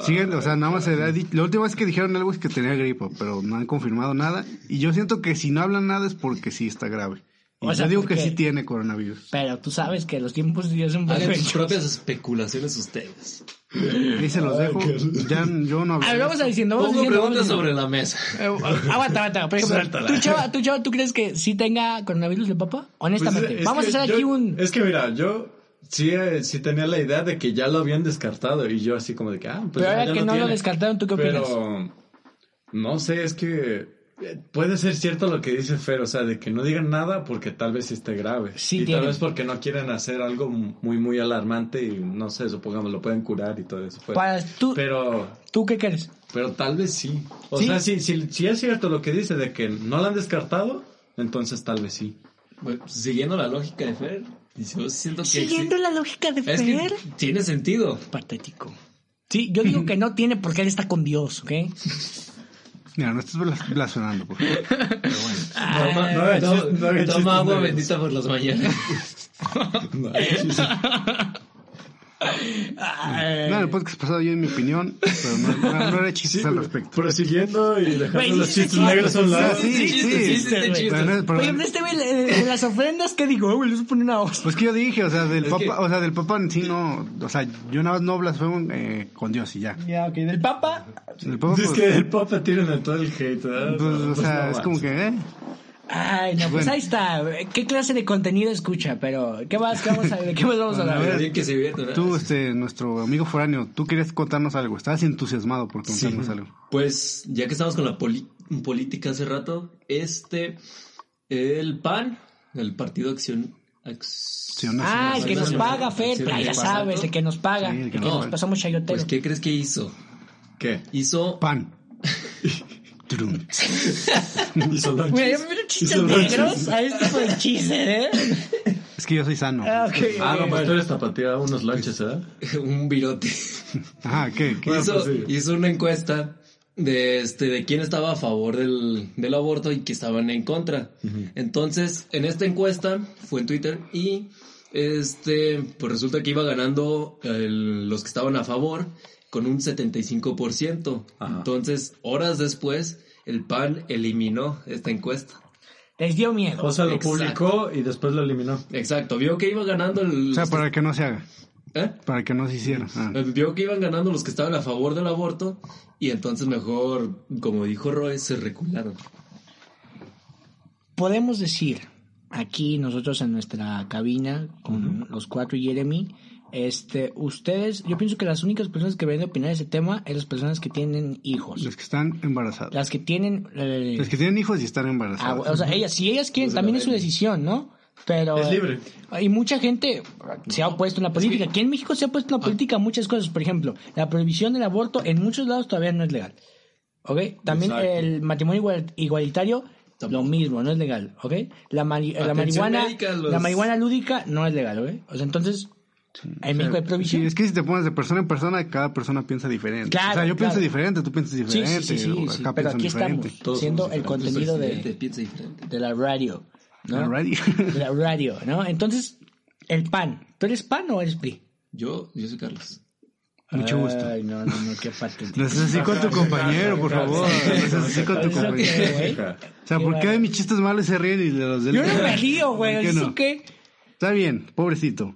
Siguen, o sea, nada más se le ha dicho. La última vez que dijeron algo es que tenía gripa, pero no han confirmado nada. Y yo siento que si no hablan nada es porque sí está grave. Y
O sea,
yo digo
¿por
que
qué?
sí tiene coronavirus.
Pero tú sabes que los tiempos de Dios son
Hagan sus
perfectos.
propias especulaciones ustedes.
Ahí se los dejo. Ya yo no
A ver,
hablo.
vamos a diciendo, vamos
Pongo
diciendo. vamos
preguntas
diciendo.
sobre la mesa.
Eh, aguanta, aguanta. Por ejemplo,
Suéltala.
¿tú chava, tú, chava, ¿tú crees que sí tenga coronavirus el papá?
Pues,
Honestamente.
es
vamos a
que
hacer
yo- pues,
aquí un.
Es que mira, yo sí, eh, sí tenía la idea de que ya lo habían descartado y yo así como de que, ah, pues
Pero
ya-
ahora
ya
que no lo
tiene.
descartaron, ¿tú qué opinas?
Pero no sé, es que eh, puede ser cierto lo que dice Fer, o sea, de que no digan nada porque tal vez sí esté grave.
Sí
y
tiene.
tal vez porque no quieren hacer algo muy, muy alarmante y no sé, supongamos lo pueden curar y todo eso. pues.
Para- tú-
Pero
¿Tú qué crees?
pero tal vez sí. O
¿Sí?
sea, si, si, si es cierto lo que dice de que no lo han descartado, entonces tal vez sí.
Bueno, pues, siguiendo la lógica de Fer, yo siento que
Siguiendo
sí.
la lógica de
Es
Fer.
que tiene sentido.
Patético. Sí, yo digo que no tiene porque él está con Dios, ¿ok?
Mira, no estás blas- blasfemando, por favor.
Toma,
Ah, no hagas
toma-
chistes, no hagas
toma
chistes, no
agua
hagas.
bendita por las mañanas.
Ay.
No, en el podcast pasado yo en mi opinión, pero no, no- no era chistes al respecto.
Prosiguiendo y dejando
Güey,
los
sí,
chistes
sí,
negros a un
sí,
lado.
sí, sí,
chistes,
sí.
chistes,
Pero
chistes.
Pero no- pero-
Por ejemplo, este güey, le- de las ofrendas, ¿qué digo? Güey, les pone una hostia.
Pues que yo dije, o sea, del
Es
papa,
que-
o sea, del papa en sí no, o sea, yo nada más no blasfemo eh, con Dios y ya.
Ya, ok. Del Papa.
El papa,
Dices
pues,
que el papa tiran a todo el hate, ¿verdad?
pues, o
Pues
sea,
no
es como
avanza.
que, eh,
Ay, no, pues
Bueno.
ahí está. ¿Qué clase de contenido escucha? Pero, ¿qué más, qué vamos a, ¿de qué más vamos a
A
hablar?
ver, bien que se diviertan, ¿verdad?
Tú, este, nuestro amigo foráneo, tú querías contarnos algo. Estabas entusiasmado por contarnos algo.
Pues ya que estamos con la poli- política hace rato, este, el PAN, el Partido Acción...
Accionario.
Accionario.
Ah, el que nos paga, Fer.
Sí,
Ah, ya
nos paga.
sabes, el que nos paga.
Sí, el
el
que
que
nos
nos
paga.
pasamos chayotero.
Pues, ¿qué crees que hizo?
¿Qué?
Hizo...
Pan. Turum.
Hizo los
Güey, ya
chistes.
me vieron chistes
Hizo los
negros
chistes.
a este tipo de chiste, ¿eh?
es que yo soy sano.
Ah, ok.
Ah, no, pues tú eres tapatía, unos lonches, ¿eh? ¿verdad?
un virote.
Ajá, ¿qué? ¿Qué?
Bueno,
hizo,
pues, sí.
hizo una encuesta de este de quién estaba a favor del, del aborto y que estaban en contra. Entonces, en esta encuesta fue en Twitter y este pues resulta que iba ganando el- los que estaban a favor con un 75%.
Ajá.
Entonces, horas después, el PAN eliminó esta encuesta.
Les dio miedo.
O sea, lo
Exacto.
publicó y después lo eliminó.
Exacto, vio que iba ganando el
O sea,
este-
para que no se haga.
¿Eh?
Para que no se hiciera. Ah.
Vio que iban ganando los que estaban a favor del aborto y entonces mejor, como dijo Roy, se recularon.
Podemos decir, aquí nosotros en nuestra cabina, con los cuatro y Jeremy, este, ustedes, yo pienso que las únicas personas que deben de opinar de ese tema es las personas que tienen hijos.
Los que están embarazados.
Las que tienen... eh,
Los que tienen hijos y están
Ah,
embarazados.
o sea, ellas, si ellas quieren, también es su decisión, ¿no? Pero, eh,
Es libre.
Y mucha gente se ha opuesto en la política. Aquí en México se ha opuesto en
Ah.
la política a muchas cosas. Por ejemplo, la prohibición del aborto en muchos lados todavía no es legal. ¿Ok? También
Exacto.
el matrimonio igual- igualitario, lo
Tampoco.
mismo, no es legal. ¿Ok? La, mari- eh, la
Atención
marihuana,
médica, los-
la marihuana lúdica no es legal, ¿ok? O sea, entonces, en México hay prohibición.
Sí, es que si te pones de persona en persona, cada persona piensa diferente.
Claro,
o sea, yo pienso
claro.
diferente, tú piensas
Sí,
diferente.
sí, sí, sí,
o
sí,
acá
pero
piensan
aquí
diferente.
estamos, siendo el contenido
Diferente,
de,
piensa diferente.
de la radio. ¿no?
La radio.
de la radio, ¿no? Entonces, el pan. ¿Tú eres pan o eres PRI?
Yo, yo soy Carlos.
Mucho gusto.
Ay, no, no, no, qué patético.
No seas así con tu compañero, por favor. No seas así con tu
¿Eso
compañero.
qué, güey?
O sea, ¿por qué de mis chistes malos se ríen y de los de él?
Yo no me río, güey.
¿Por qué
¿Eso
no?
qué?
Está bien, pobrecito.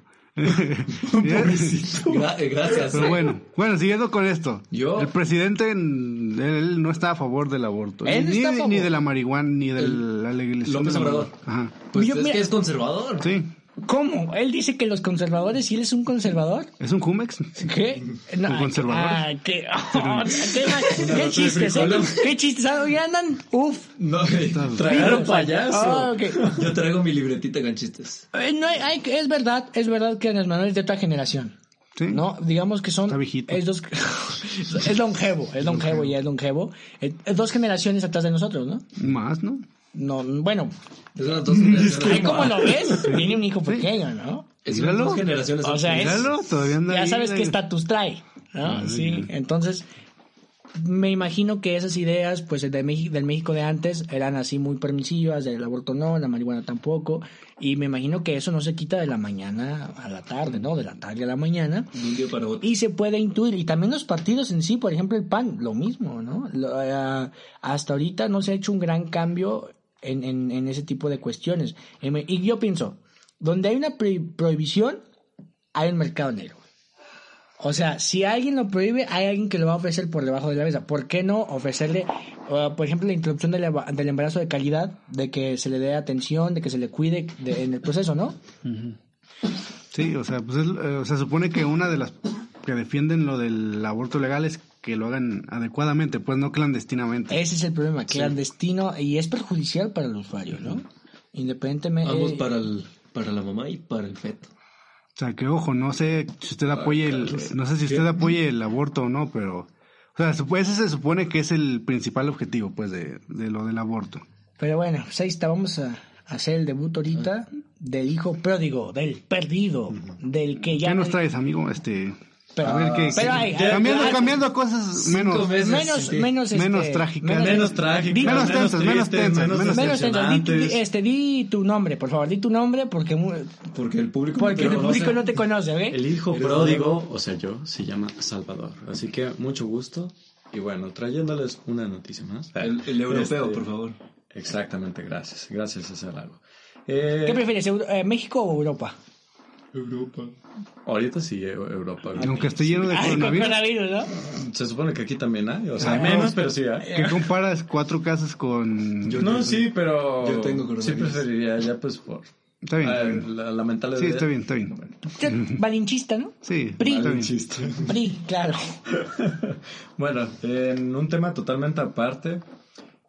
Gra- eh, gracias.
Pero
eh.
bueno, bueno, siguiendo con esto.
Yo-
El presidente, mm, él no está a favor del aborto.
Él no
ni,
está a favor.
ni de la marihuana, ni de
El-
la legalización.
López
de la
Obrador.
marihuana.
Pues
Yo-
es
mira-
que es conservador.
Ajá. Sí.
¿Cómo? Él dice que los conservadores, ¿y él es un conservador?
¿Es un Jumex?
¿Qué? No,
Un conservador.
Ah, qué, qué, mal-
Una
qué
nota de
chistes, ¿eh?
frijol.
Qué chistes, ¿a dónde andan? Uf.
No, eh, tragaron payaso.
Ah, ok.
Yo traigo mi libretita con chistes.
Eh, No hay, hay- es verdad, es verdad que Andrés Manuel es de otra generación.
Sí.
No, digamos que son.
Está viejito.
Es, dos, es longevo, es longevo y es longevo. Eh, dos generaciones atrás de nosotros, ¿no?
Más, ¿no?
No, bueno,
Es una dos generaciones.
ahí como lo ves, tiene un hijo pequeño, ¿no?
Es una
Míralo.
dos generaciones.
O sea, es-
Míralo, todavía anda
Ya
ahí,
sabes qué
eh.
estatus trae, ¿no? Sí, entonces me imagino que esas ideas, pues de México, del México de antes, eran así muy permisivas, del aborto no, la marihuana tampoco, y me imagino que eso no se quita de la mañana a la tarde, ¿no? De la tarde a la mañana.
De un día para otro.
Y se puede intuir, y también los partidos en sí, por ejemplo el PAN, lo mismo, ¿no? Lo, eh, hasta ahorita no se ha hecho un gran cambio en, en, en ese tipo de cuestiones. Y me- Y yo pienso, donde hay una pri- prohibición, hay un mercado negro. O sea, si alguien lo prohíbe, hay alguien que lo va a ofrecer por debajo de la mesa. ¿Por qué no ofrecerle, uh, por ejemplo, la interrupción del, eva- del embarazo de calidad, de que se le dé atención, de que se le cuide de- en el proceso, ¿no?
Sí, o sea, pues es- eh, o sea, supone que una de las que defienden lo del aborto legal es que lo hagan adecuadamente, pues no clandestinamente.
Ese es el problema, clandestino y es perjudicial para el usuario, ¿no? Independientemente.
Ambos
eh,
para, el, para la mamá y para el feto.
O sea, que ojo, no sé si usted apoye el, no sé si usted apoye el aborto o no, pero, o sea, sup- ese se supone que es el principal objetivo, pues, de, de lo del aborto.
Pero bueno, pues ahí está, vamos a hacer el debut ahorita del hijo pródigo, del perdido, del que ya.
¿Qué nos
no-
traes, amigo? Este,
Pero-
a ver qué,
pero
qué-
hay-
cambiando,
hay-
cambiando a cosas
Cinco
menos,
meses,
Menos,
sí.
menos,
menos
este,
trágicas.
menos-
Menos trágicas,
Menos tensas, menos
tristes,
tensas, menos
menos
menos tensas. Di tu-
decepcionantes.
este, di tu nombre, por favor, di tu nombre porque, mu-
Porque el público.
porque
no
el
te conoce.
público no te conoce, ¿ok?
El hijo
Eres
pródigo, o sea, yo, se llama Salvador. Así que mucho gusto. Y bueno, trayéndoles una noticia más.
El, el europeo,
Este,
por favor.
Exactamente, gracias. Gracias, César Lago.
¿Qué
Eh,
prefieres, Euro- eh, México o Europa?
Europa.
ahorita sí, eh, Europa.
aunque esté lleno de
Ay, con
coronavirus.
coronavirus, ¿no?
Se supone que aquí también hay, o sea,
Ah,
menos,
no.
pero sí hay.
¿Qué comparas cuatro casas con...?
Yo-
No, sí, pero.
Yo tengo coronavirus.
Sí, preferiría ya, pues por.
Está bien,
ah,
está bien.
La, la mentalidad.
Sí, está bien, está bien.
Usted, Valinchista, ¿no?
Sí,
Pri.
está
Un
bien.
Ah, chiste.
PRI, claro.
Bueno, en un tema totalmente aparte,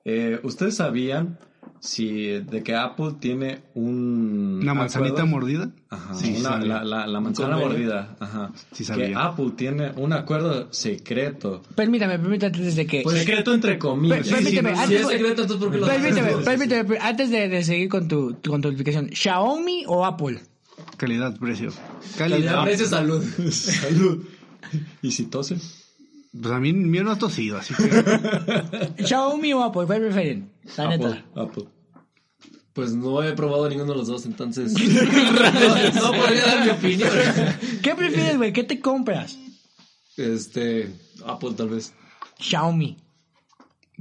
eh, ¿ustedes sabían si de que Apple tiene un
¿Una manzanita
acuerdo?
mordida?
Ah, Ajá,
Sí,
una-
sabía.
la, la- la manzana
convenio?
mordida. Ajá.
Sí
que
sabía.
Apple tiene un acuerdo secreto.
Permítame, permítame desde que...
Pues secreto entre comillas.
Pe- permíteme,
no,
antes-
Si es secreto, entonces ¿por qué lo
Permíteme,
sabes?
permíteme, per- antes de, de seguir con tu, tu- con tu explicación, ¿Xiaomi o Apple?
Calidad, precio.
Calidad,
Calidad.
precio, salud.
Salud. ¿Y si tose?
Pues a mí, mío no ha tosido, así que...
¿Xiaomi o Apple? ¿Cuál prefieren? La
Apple,
neta.
Apple.
Pues no he probado ninguno de los dos, entonces. no podría dar mi opinión.
¿Qué prefieres, güey? ¿Qué te compras?
Este. Apple, tal vez.
Xiaomi.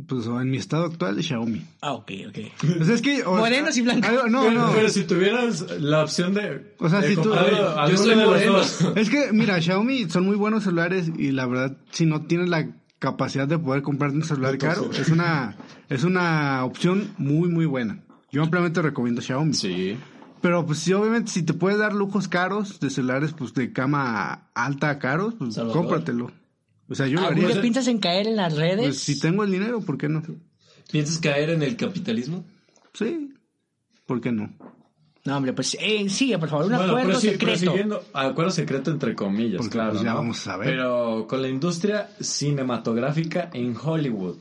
Pues en mi estado actual, Xiaomi.
Ah, ok, ok.
Pues es que... o-
Morenos y blancos.
algo- no,
Pero,
no.
pero si tuvieras la opción de.
O sea,
de
si tú-
comprar
Yo
alguno
soy
de los
moreno.
dos.
Es que, mira, Xiaomi son muy buenos celulares y la verdad, si no tienes la capacidad de poder comprarte un celular caro, es una, es una opción muy, muy buena. Yo ampliamente recomiendo Xiaomi.
Sí.
Pero pues sí, obviamente si te puedes dar lujos caros de celulares pues de cama alta a caros, pues
Salvador.
cómpratelo. O sea, yo lo
¿Algún
haría.
día Ah, piensas en caer en las redes?
Pues, si tengo el dinero, ¿por qué no?
¿Piensas caer en el capitalismo?
Sí. ¿Por qué no?
No, hombre, pues eh, sigue, por favor. Un
Bueno,
acuerdo
pero sí, pero
secreto.
siguiendo, acuerdo secreto entre comillas,
Porque,
claro.
pues, ya
¿no?
vamos a ver.
Pero con la industria cinematográfica en Hollywood,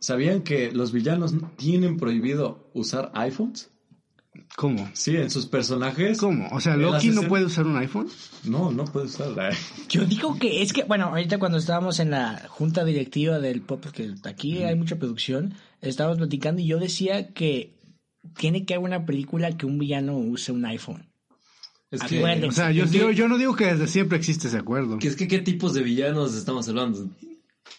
¿sabían que los villanos tienen prohibido usar iPhones?
¿Cómo?
Sí, en sus personajes.
¿Cómo? O sea,
En las
Loki no
escenas-
puede usar un iPhone.
No, no puede usarla.
Yo digo que es que, bueno, ahorita cuando estábamos en la junta directiva del pop, porque aquí hay mucha producción, estábamos platicando y yo decía que tiene que haber una película que un villano use un iPhone.
Es
Acuerdo.
O sea, yo,
¿En qué-
yo, yo no digo que desde siempre existe ese acuerdo.
que es que qué tipos de villanos estamos hablando.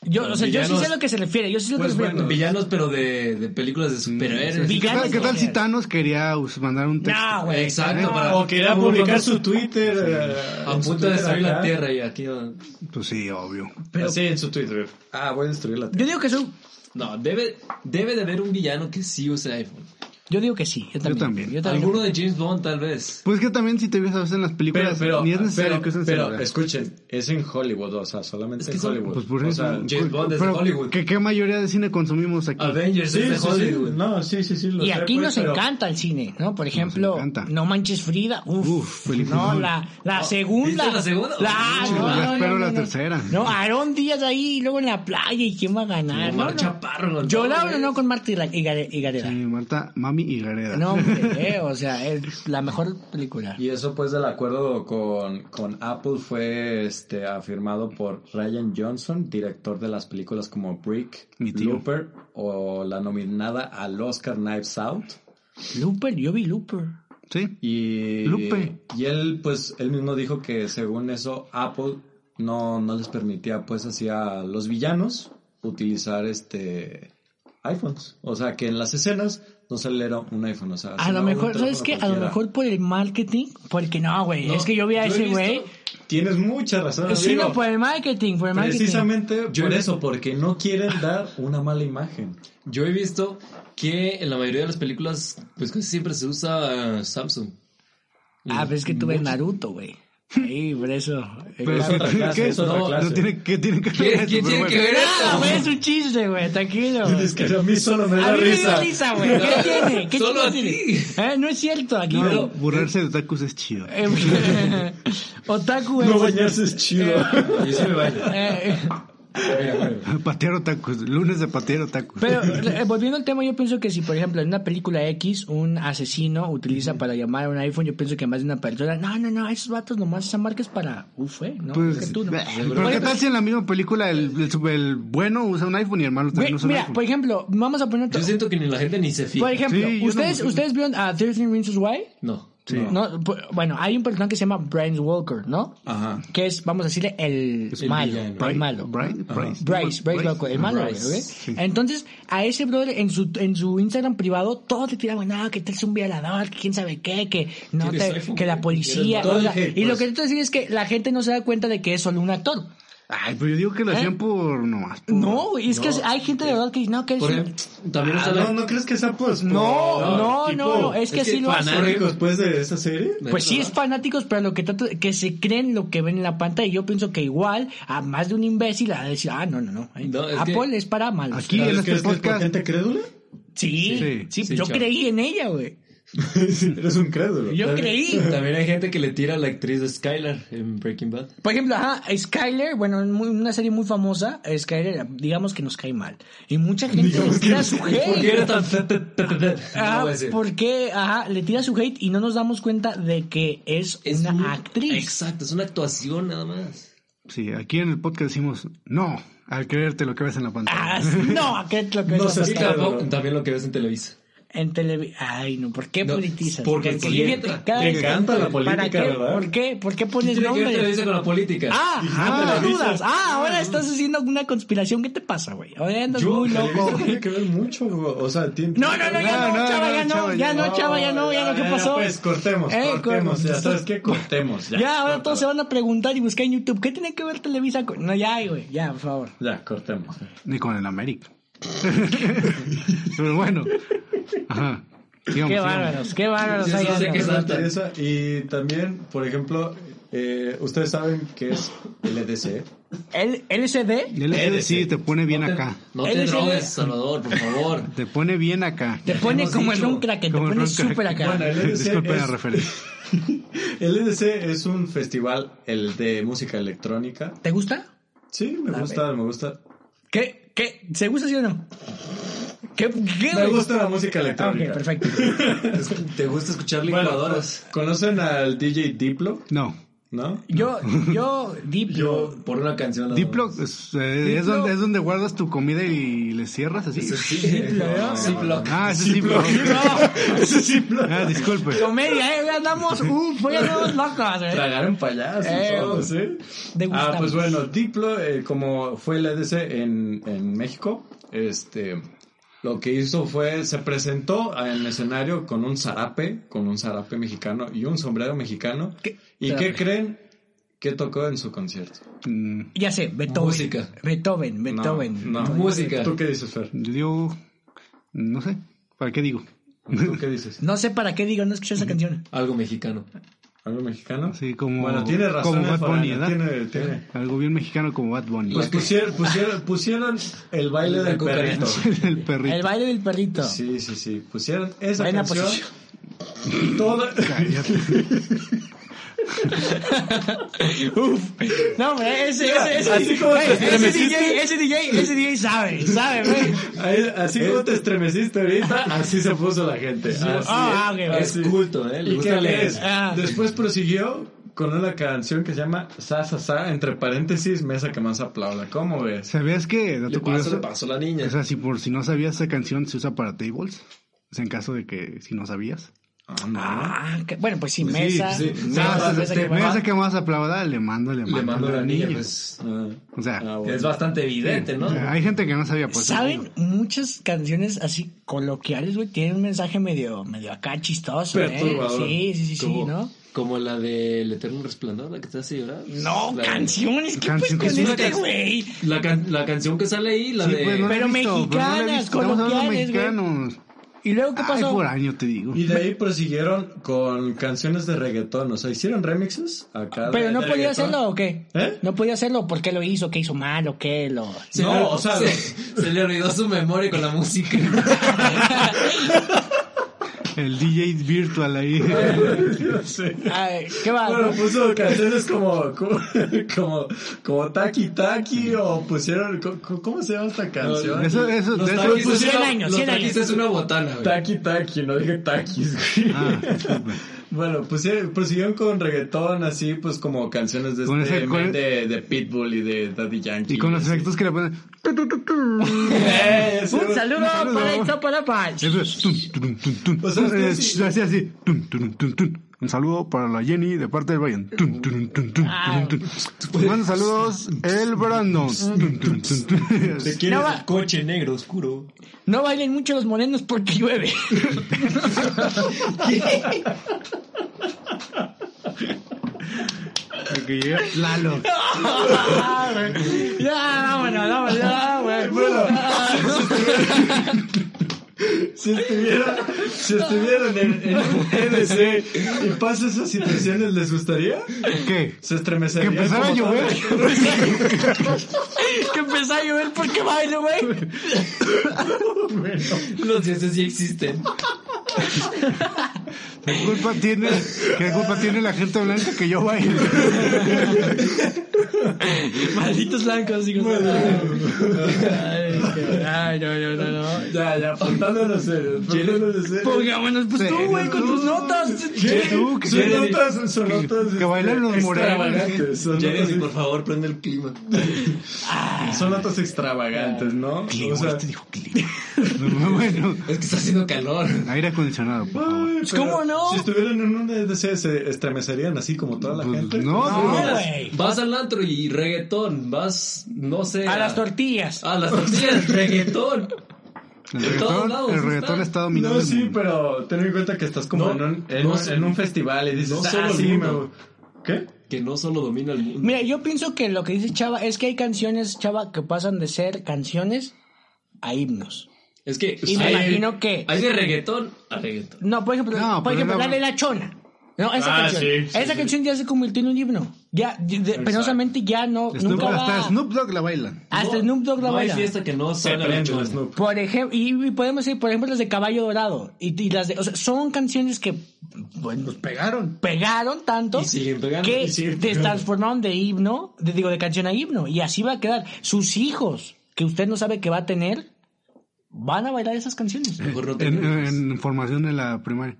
Yo, o sea, yo sí sé
Villanos.
a lo que se refiere. Yo sí sé a lo que
Pues
se refiere.
bueno,
Villanos, pero de, de películas de superhéroes.
sí.
¿Qué tal,
Villanos,
qué tal
güey.
si Thanos quería us- mandar un texto?
No, güey.
Exacto,
no.
para-
O quería publicar su Twitter. eh,
A punto de destruir la Tierra y aquí... va.
Pues sí, obvio.
Pero... Sí, en su Twitter. Ah, voy a destruir la Tierra.
Yo digo que eso.
No, debe, debe de haber un villano que sí use iPhone.
Yo digo que sí. Yo también.
también.
Alguno de James Bond, tal vez.
Pues que también si te ves a veces en las
Pero,
películas,
pero,
ni es necesario
pero,
que usen
pero,
celular.
escuchen, es en Hollywood, o sea, solamente
Es que
en
son-
Hollywood.
Pues por
o
eso.
sea,
James Bond es de
pero,
Hollywood.
¿qué, qué mayoría de cine consumimos aquí?
Avengers
sí,
es de
sí, sí,
Hollywood.
No, sí, sí, sí. lo
Y
sé,
aquí
pues,
nos
pero-
encanta el cine, ¿no? Por ejemplo,
encanta.
No Manches Frida. Uf,
Uf, película.
no, la, la segunda.
¿viste la segunda?
La,
Uy,
no,
yo
no, no,
Pues espero
no,
la
no.
tercera.
No, Aarón Díaz ahí, y luego en la playa, ¿y quién va a ganar?
Omar
No, no.
Chaparro, no,
Yo la
güey.
hablo no con Marta y Ra- y Gare- y Gareda.
Sí, Marta, Mami y Gareda.
No, hombre, eh, o sea, es la mejor película.
Y eso pues del acuerdo con, con Apple fue este afirmado por Ryan Johnson, director de las películas como Brick,
Mi tío.
Looper o la nominada al Oscar Knives Out.
Looper, yo vi Looper.
Sí.
Y,
Lupe.
y él pues él mismo dijo que según eso Apple no, no les permitía pues así a los villanos utilizar este iPhones. O sea que en las escenas no saliera un iPhone. O sea,
A
sino
lo
un
mejor, ¿sabes
teléfono
qué? A lo
cualquiera.
mejor por el marketing, porque no, güey,
No,
es que yo vi a
yo he
ese
visto-
güey.
Tienes mucha razón.
Sí,
amigo.
no, por el marketing, por el marketing.
Precisamente por eso, porque no quieren dar una mala imagen.
Yo he visto que en la mayoría de las películas, pues casi siempre se usa eh, Samsung.
Ah, pero es que tú ves Naruto, güey. Ahí, por eso.
Pero
es
¿qué,
otra clase,
qué-
es otra
no,
clase.
no tiene, ¿Qué tiene que ver
¿Qué,
esto?
qué
Pero
tiene
bueno.
que ver
Ah, güey,
esto?
es un chiste, güey, tranquilo.
Es que a mí solo me
A
da
mí me dio
risa.
risa, güey. ¿Qué tiene? ¿Qué
Solo
chido
a
tiene?
ti.
Eh, no es cierto, aquí
No,
no.
burlarse de otakus es chido.
Eh, Otaku,
No
güey.
bañarse es chido.
Yo sí me baño.
Eh,
Patear otakus, lunes de patear otakus.
pero eh, volviendo al tema, yo pienso que si, por ejemplo, en una película X un asesino utiliza para llamar a un iPhone, yo pienso que más de una persona, no, no, no, esos vatos nomás esa marca es para UF, ¿eh? ¿no? Es que
pues,
tú no.
bleh, pero
Oye,
¿qué
pues,
tal si en la misma película el, el sub- el bueno usa un iPhone y el malo
güey,
también usa un
mira,
iPhone?
por ejemplo, vamos a poner otro.
Yo siento que ni la gente ni se
Por
fija.
ejemplo,
Sí, yo no
¿ustedes,
me-
¿ustedes vieron a 13 Reasons Why?
No.
No, por- bueno, hay un personaje que se llama Brian Walker, ¿no?
Ah.
Ajá.
Que es, vamos a decirle, el,
el
malo.
villano.
el malo.
Bryce, Bryce,
Bryce, Bryce Walker, el malo, güey,
Bryce,
¿ok? Entonces, a ese brother en su, en su Instagram privado, todos le tiraban, no, que te es un violador, que quién sabe qué, que no
¿Quieres
te-
iPhone,
que la
güey?
policía.
¿Quieres todo
o sea,
el hate,
y lo
pues?
que te decir es que la gente no se da cuenta de que es solo un actor.
Ay, pero yo digo que lo hacían por nomás. por-
¿Eh? No, güey, es que hay gente de verdad que dice, no, que es
Por
un-
ejemplo, también
Ah,
está la...
no, no crees que sea pues
No,
por-
no,
tipo,
no, no, es que sí lo hacen.
fanáticos pues de esa serie.
Pues sí, es fanáticos, pero lo que trato que se creen lo que ven en la pantalla. Yo pienso que igual, a más de un imbécil, a decir, ah, no, no, no. eh,
No, es que-
Apple es para malos.
Aquí en este
¿Crees que es por
podcast.
gente crédula?
Sí, sí,
Sí,
sí,
yo
chavo.
creí en ella, güey.
Eres un crédulo.
Yo creí.
También hay gente que le tira a la actriz de Skylar en Breaking Bad.
Por ejemplo, ajá, Skyler, bueno, en muy- una serie muy famosa, Skyler, digamos que nos cae mal. Y mucha gente le tira su
¿Por qué
hate.
era tan... No
Ajá,
voy a decir.
porque, ajá, le tira su hate y no nos damos cuenta de que es,
Es
una
un-
actriz.
Exacto, es una actuación nada más.
Sí, aquí en el podcast decimos no al creerte lo que ves en la pantalla.
Ah, no, ¿qué es lo que
No
es la
seas
Y
pantalla?
Claro.
tampoco- también lo Pues que ves en Televisa.
En televisión. Ay, no, ¿por qué
No,
politizas?
porque
¿Por
sí.
qué te- cada
Te
vez-
encanta la
¿para
política,
qué?
¿verdad?
¿Por qué? ¿Por qué
¿Qué
pones
tiene que ver
nombres?
Televisa con la política?
Ah, ahora
Televisa.
dudas. Ah, ahora estás haciendo una conspiración. ¿Qué te pasa, güey? Ahora andas muy loco.
Tiene que ver mucho, güey. o sea, tiene...
No, no, no, ya no,
No,
chava,
no,
ya no,
no, chava,
ya
ya
no,
no,
chava, ya no, ya no, ¿qué pasó?
Pues cortemos,
Eh,
cortemos. Ya
cortemos.
sabes qué, cortemos. Ya,
Ya, ahora todos se
córtala.
van a preguntar y buscar en YouTube, ¿qué tiene que ver Televisa con...? No, ya, güey, ya, por favor.
Ya, cortemos.
Ni con el América. pero bueno. Ajá. Sigamos,
Qué
sigamos.
bárbaros, qué bárbaros.
Yo
hay
sí sé
acá.
que salta.
Teresa, y también, por ejemplo, eh, ustedes saben qué es E LDC.
¿El LCD?
El LCD sí te pone bien acá.
No te
Él es el-
drogues, Salvador, por favor.
Te pone bien acá.
Te pone
hemos
como el
dicho.
Ron Kraken, te
Como el
pone
Ron Kraken.
súper acá.
Bueno, el LDC
Disculpen la
es-
referencia.
LDC E es un festival el de música electrónica.
¿Te gusta?
Sí, me gusta, me gusta.
¿Qué? ¿Qué? ¿Se gusta sí o no? ¿Qué? ¿Qué?
Me gusta la música
Ah, ok,
electrónica.
perfecto.
¿Te gusta escuchar
Bueno,
licuadoras?
¿conocen al DJ Diplo?
No.
¿No?
Yo, yo, Diplo.
Yo, por una canción. nada
Diplo,
más.
es, eh, es
Diplo.
donde, es donde guardas tu comida y le cierras así.
Ese sí.
Diplo,
pues,
¿no?
Ziploc.
Ah, ese es Diplo.
Ese es Ziploc.
Ah, disculpe.
Comedia, eh, hoy andamos, uh, hoy andamos locos, eh.
Tragaron payasos.
Eh,
todos, ¿eh?
Degustamos.
Ah, pues bueno, Diplo, eh, como fue el EDC en, en México, este, lo que hizo fue, se presentó en el escenario con un zarape, con un zarape mexicano y un sombrero mexicano. ¿Y
Zarape.
qué creen que tocó en su concierto?
Mm,
Ya sé, Beethoven.
Música.
Beethoven, Beethoven.
No, no.
Música.
¿Tú qué dices, Fer?
Yo digo, no sé, ¿para qué digo?
¿Tú qué dices?
No sé para qué digo, no escuché esa canción.
Algo mexicano.
¿Algo mexicano?
Sí, como-
Bueno, tiene razón.
como
el
Bad Bunny,
foráneo,
¿verdad?
Tiene, tiene.
Algo bien mexicano como Bad Bunny.
Pues pusieron, pusieron, pusieron el baile
La
del
cucaracha.
perrito.
el perrito.
El baile del perrito.
Sí, sí, sí. Pusieron esa
Buena
canción.
posición.
Toda...
Uf. No, hombre, ese, ese, ese,
Así como te
ey, ese
estremeciste.
DJ, ese DJ, ese DJ sabe, sabe, güey.
Ahí- Así como te estremeciste ahorita, así se puso la gente. Así
Ah, ok,
Es
Así.
culto, ¿eh? Le
¿Y qué
gusta leer.
crees?
Ah.
Después prosiguió con una canción que se llama Sa Sa Sa, entre paréntesis, mesa que más aplauda. ¿Cómo ves?
¿Sabías que,
Le
dato
paso, le
curioso?
paso a la niña.
O sea, si por si no sabías, esa canción se usa para tables. O sea, en caso de que si no sabías.
Ah,
Ah, que- bueno, pues sí, mesa.
sí, sí.
mesa,
Ah,
mesa
te-
que va-
Me hace que más aplauda, le mando, le mando.
Le mando a la niña, pues.
no.
O sea,
Ah,
Es
bueno.
bastante evidente, ¿no?
o sea, hay gente que no sabía. Pues,
¿Saben? Muchas canciones así coloquiales, güey, tienen un mensaje medio, medio acá chistoso, ¿eh?
Perturbador.
Sí, sí, sí, sí,
Como-
¿no?
Como la del Eterno Resplandor, la que te hace llorar.
No,
La-
canciones, ¿qué pues
Canción-
con
es una
este,
can-
güey?
La, can- la canción que sale ahí, la
Sí,
de.
pues, no la he
Pero
visto, pero no la he
mexicanas,
visto. Estamos hablando de
coloquiales, güey.
mexicanos.
¿Y luego qué
Ay,
pasó?
por año te digo.
Y de ahí prosiguieron con canciones de reggaetón. O sea, hicieron remixes acá. de-
¿Pero no
de
podía
reggaetón.
hacerlo o qué?
¿Eh?
¿No podía hacerlo? ¿Por qué lo hizo? ¿Qué hizo mal o qué? Lo...
Se
No,
le-
o sea,
se,
lo-
se le olvidó su memoria con la música.
El DJ virtual ahí.
Sí.
Ay, ¿Qué va?
Bueno, puso canciones como, como, como, como Taki Taki o pusieron, co- co- ¿cómo, se llama esta canción?
Eso, eso,
Los
de eso.
taquis
pues,
es
cien
una-
años,
los
cien
taquis
años.
es una botana, güey.
Taki Taki, no dije Takis, güey.
Ah, disculpe.
Bueno, pusieron, prosiguieron con reggaetón, así pues como canciones de,
Con
este
ese- con-
men de, de Pitbull y de Daddy Yankee.
y con los
así.
efectos que le ponen. tu, tu, tu, tu.
Eh, ese-
Un saludo
saludo.
para el Toparapach.
Eso es. tun, tun, tun, tun.
O sea, es que
Eh,
sí.
ch- Así, así. Tun, tun, tun, tun. Un saludo para la Jenny de parte del Brian. Tun, tun, tun, tun,
Ah.
tun, tun. Manda saludos el Brandon. Tun, tun, tun, tun.
¿Te quieres
No va-
el coche negro oscuro?
No bailen mucho los morenos porque llueve.
Hasta que llega Lalo.
ya, vámonos, vámonos, ya, güey.
Si estuviera, si estuvieran en, en un EDC y pasa esas situaciones, ¿les gustaría?
¿Qué?
Se
Que
estremecería.
empezara a
como
llover.
tal.
que empezó a llover porque bailo, güey.
Los dioses sí existen.
¿Qué culpa tiene, qué culpa tiene la gente blanca que yo baile?
Malditos blancos, hijos de la- Ay, qué- Ay, no, no, no, no.
Ya, ya, faltándonos en serio. Faltándonos en serio.
Pongámonos, pues tú, güey, con tus notas.
¿Qué?
tú, que
Son
quieres-
notas, son
que-
notas. este,
que bailan los
extravagantes,
morenos.
Son
Jeremy, por
notas,
favor, prende el clima.
son notas extravagantes, ¿no?
Clima,
O sea,
este dijo clima. Bueno,
Es que está haciendo calor.
aire acondicionado, por favor.
ay, pero
¿Cómo no?
Si estuvieran en un EDC, se estremecerían así como toda la
Pues,
gente.
no,
No, Ah, güey.
Vas al antro y reggaetón. Vas, no sé.
A las tortillas.
A las tortillas, reggaetón.
El
En todos
reggaetón,
lados
el
está.
reggaetón está dominando.
No,
el
sí,
mundo.
pero ten en cuenta que estás como
No,
en, un, en,
no
un-
solo-
en un festival y dices,
no
ah,
solo el
sí, me...
mundo".
¿Qué?
Que no solo domina el mundo.
Mira, yo pienso que lo que dice Chava es que hay canciones, Chava, que pasan de ser canciones a himnos.
Es que.
Y me
hay-
imagino que-
Hay de reggaetón a reggaetón.
No, por ejemplo,
No,
por
pero
ejemplo
era-
dale la chona. No, esa
Ah,
canción.
sí, sí,
esa
sí.
canción ya se convirtió en un himno. Ya, de- de- penosamente ya no,
Snoop-
nunca va.
Este, hasta Snoop Dogg la bailan.
Hasta
No,
Snoop Dogg la
No hay
baila.
fiesta que no
Se
salga la
prende
chona.
el Snoop.
Por ejemplo, y, y podemos decir, por ejemplo, las de Caballo Dorado. Y, y las de, o sea, son canciones que, bueno, pues,
Pegaron.
pegaron tanto
Y siguen pegando,
que
y
siguen
te
pegando.
transformaron de himno, de- digo, de canción a himno. Y así va a quedar. Sus hijos, que usted no sabe que va a tener, van a bailar esas canciones.
Mejor no
En,
tener hijos.
en formación de la primaria.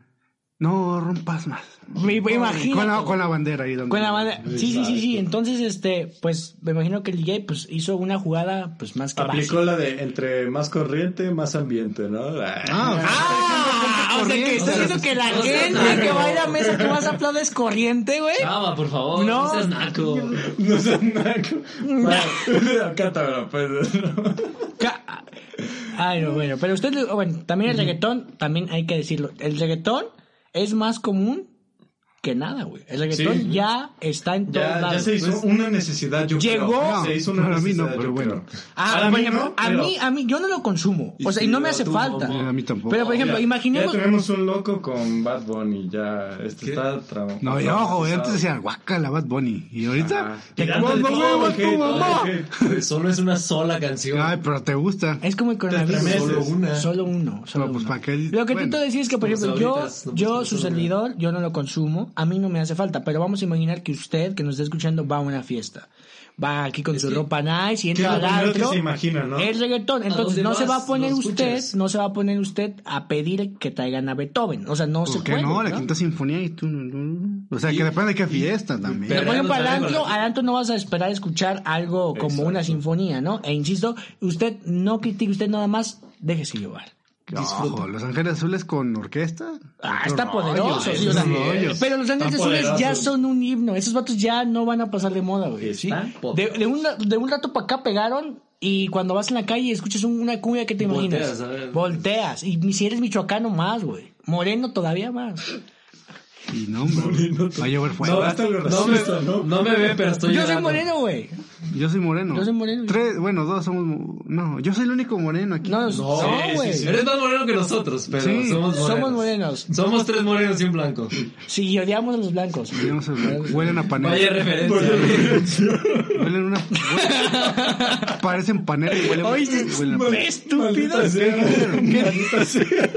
No rompas más.
Me imagino.
Con la, con la bandera ahí. donde-
Con la banda. Sí, sí, sí, sí. Entonces, este, pues, me imagino que el DJ, pues, hizo una jugada, pues, más que
Aplicó
básica.
la de entre más corriente, más ambiente, ¿no?
Ah,
Ah, o sea que estás
Corriente.
diciendo que la
O sea,
gente que
claro.
baila mesa que más aplaude es corriente, güey.
Chava, por favor,
No.
no, seas naco.
No seas naco. Bueno, acá está, pero, pues, ¿no?
Ca- Ay, no, bueno, pero usted, oh, bueno, también el reggaetón, también hay que decirlo, el reggaetón es más común que nada, güey. El reggaetón
Sí.
ya pues, está en todos
Ya, ya
lados.
se hizo una necesidad, yo
Llegó.
creo. se hizo una
Para mí no,
necesidad,
pero
yo
bueno.
creo.
Ah,
Para
por
mí
ejemplo,
no,
a
pero-
mí, a mí, yo no lo consumo,
Y
o sea, y
sí,
no me
pero
hace
tú
falta.
tampoco.
A mí tampoco.
Pero por ejemplo,
Ya-
imaginemos,
Ya tenemos un loco con Bad Bunny, ya. Este está tra-
No, y ojo, güey, antes decían, guacala, Bad Bunny. Y ahorita,
Ajá.
te
Tirando de
mando
todo,
huevo a
¿qué?
tu mamá.
¿Qué?
Solo es una sola canción.
Ay, pero te gusta.
es como el
Tres
coronavirus.
meses.
Solo una.
Solo uno. Solo
Pero, pues,
uno.
¿para qué?
Lo que
Bueno.
trato de decir es que, por
Pues,
ejemplo, yo,
ahorita no
yo
puedes
su
consumir.
servidor, yo no lo consumo, a mí no me hace falta, pero vamos a imaginar que usted, que nos está escuchando, va a una fiesta. Va aquí con su ropa nice y
¿Qué es
entra
lo
al
primero que
antro.
se imagina, no?
Es reggaetón, entonces
dónde
no se va
vas?
a poner
¿Lo
usted,
escuchas?
no se va a poner usted a pedir que traigan a Beethoven, o sea, no se
¿Por
puede.
qué Pues no? La
¿no?
quinta sinfonía y tú. no, no. O sea, que depende de qué fiesta también.
Te
Pero-
ponen
no
para el
traigo
antro,
la-
al antro no vas a esperar a escuchar algo como una sinfonía, ¿no? E insisto, usted no critique, usted nada más déjese llevar.
Ojo, Los Ángeles Azules con orquesta.
Ah,
Otro
está
rollo,
poderoso, sí,
otro
o sea,
rollo.
Pero los Ángeles
Están
Azules ya
poderosos.
son un himno. Esos vatos ya no van a pasar de moda, güey. ¿sí?
Están
De,
poderosos.
de un, de un rato para acá pegaron y cuando vas en la calle escuchas un- una cumbia que te imaginas.
Volteas, a ver.
Volteas. Y ni si eres michoacano más, güey. Moreno todavía más.
Y no, hombre. Va a llover fuego.
No, hasta lo
No
racista,
me,
¿no?
no me ve, pero estoy
Yo soy
llorando.
moreno, güey.
Yo soy moreno.
Yo soy moreno.
Tres, bueno, dos somos. mo- No, yo soy el único moreno aquí.
No, no,
No, sí,
güey.
sí, sí. Eres más moreno que nosotros, pero
Sí.
somos morenos.
Somos morenos.
Somos tres morenos y un blanco.
Sí, odiamos a los blancos.
Yo no soy blanco. Huelen a panela.
Vaya referencia.
Huelen una. huelen- Parecen panela y huelen.
Oíste,
huelen a panela.
estúpido.
Maldita sea.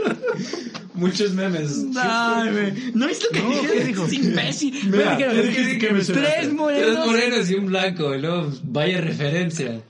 Muchos memes.
Ay, güey. ¿No viste lo que
No,
dije?
¿qué dijo?
Es imbécil.
Mira,
Me dijeron,
¿qué dijiste que me
tres
sonaste?
Tres
morenos.
morenos y un blanco. Y luego, pues, vaya referencia.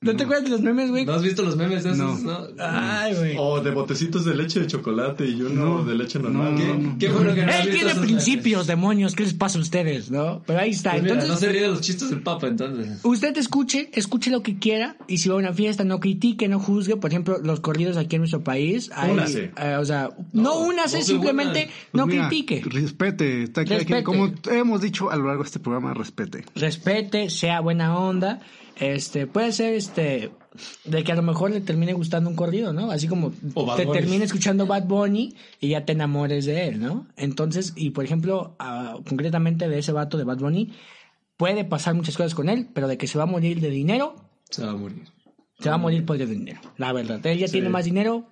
¿No te acuerdas de los memes, güey?
¿No Oh, has visto los memes esos?
No.
¿No? Ah,
Ay, güey.
O de botecitos de leche de chocolate y uno de leche normal.
¿Qué,
¿Qué?
qué bueno que no has
Él
visto
tiene
esos memes.
principios, demonios. ¿Qué les pasa a ustedes, no? Pero ahí está.
Pues mira,
Entonces,
no se ríe de los chistes del papa, entonces.
usted escuche, escuche lo que quiera. Y si va a una fiesta, no critique, no juzgue. Por ejemplo, los corridos aquí en nuestro país. hay,
Únase.
eh, o sea, no, únase,
no se
simplemente
unan.
Pues
no
mira,
critique.
Respete. Está cada quien-
Respete.
como hemos dicho a lo largo de este programa, respete.
respete, sea buena onda. Este, puede ser este de que a lo mejor le termine gustando un corrido, ¿no? Así como
O Bad
te
Bunny.
termine escuchando Bad Bunny y ya te enamores de él, ¿no? Entonces, y por ejemplo, ah, concretamente de ese vato de Bad Bunny, puede pasar muchas cosas con él, pero de que se va a morir de dinero,
Se va a morir.
se
Mm.
va a morir por el dinero. La verdad, él ya tiene más dinero.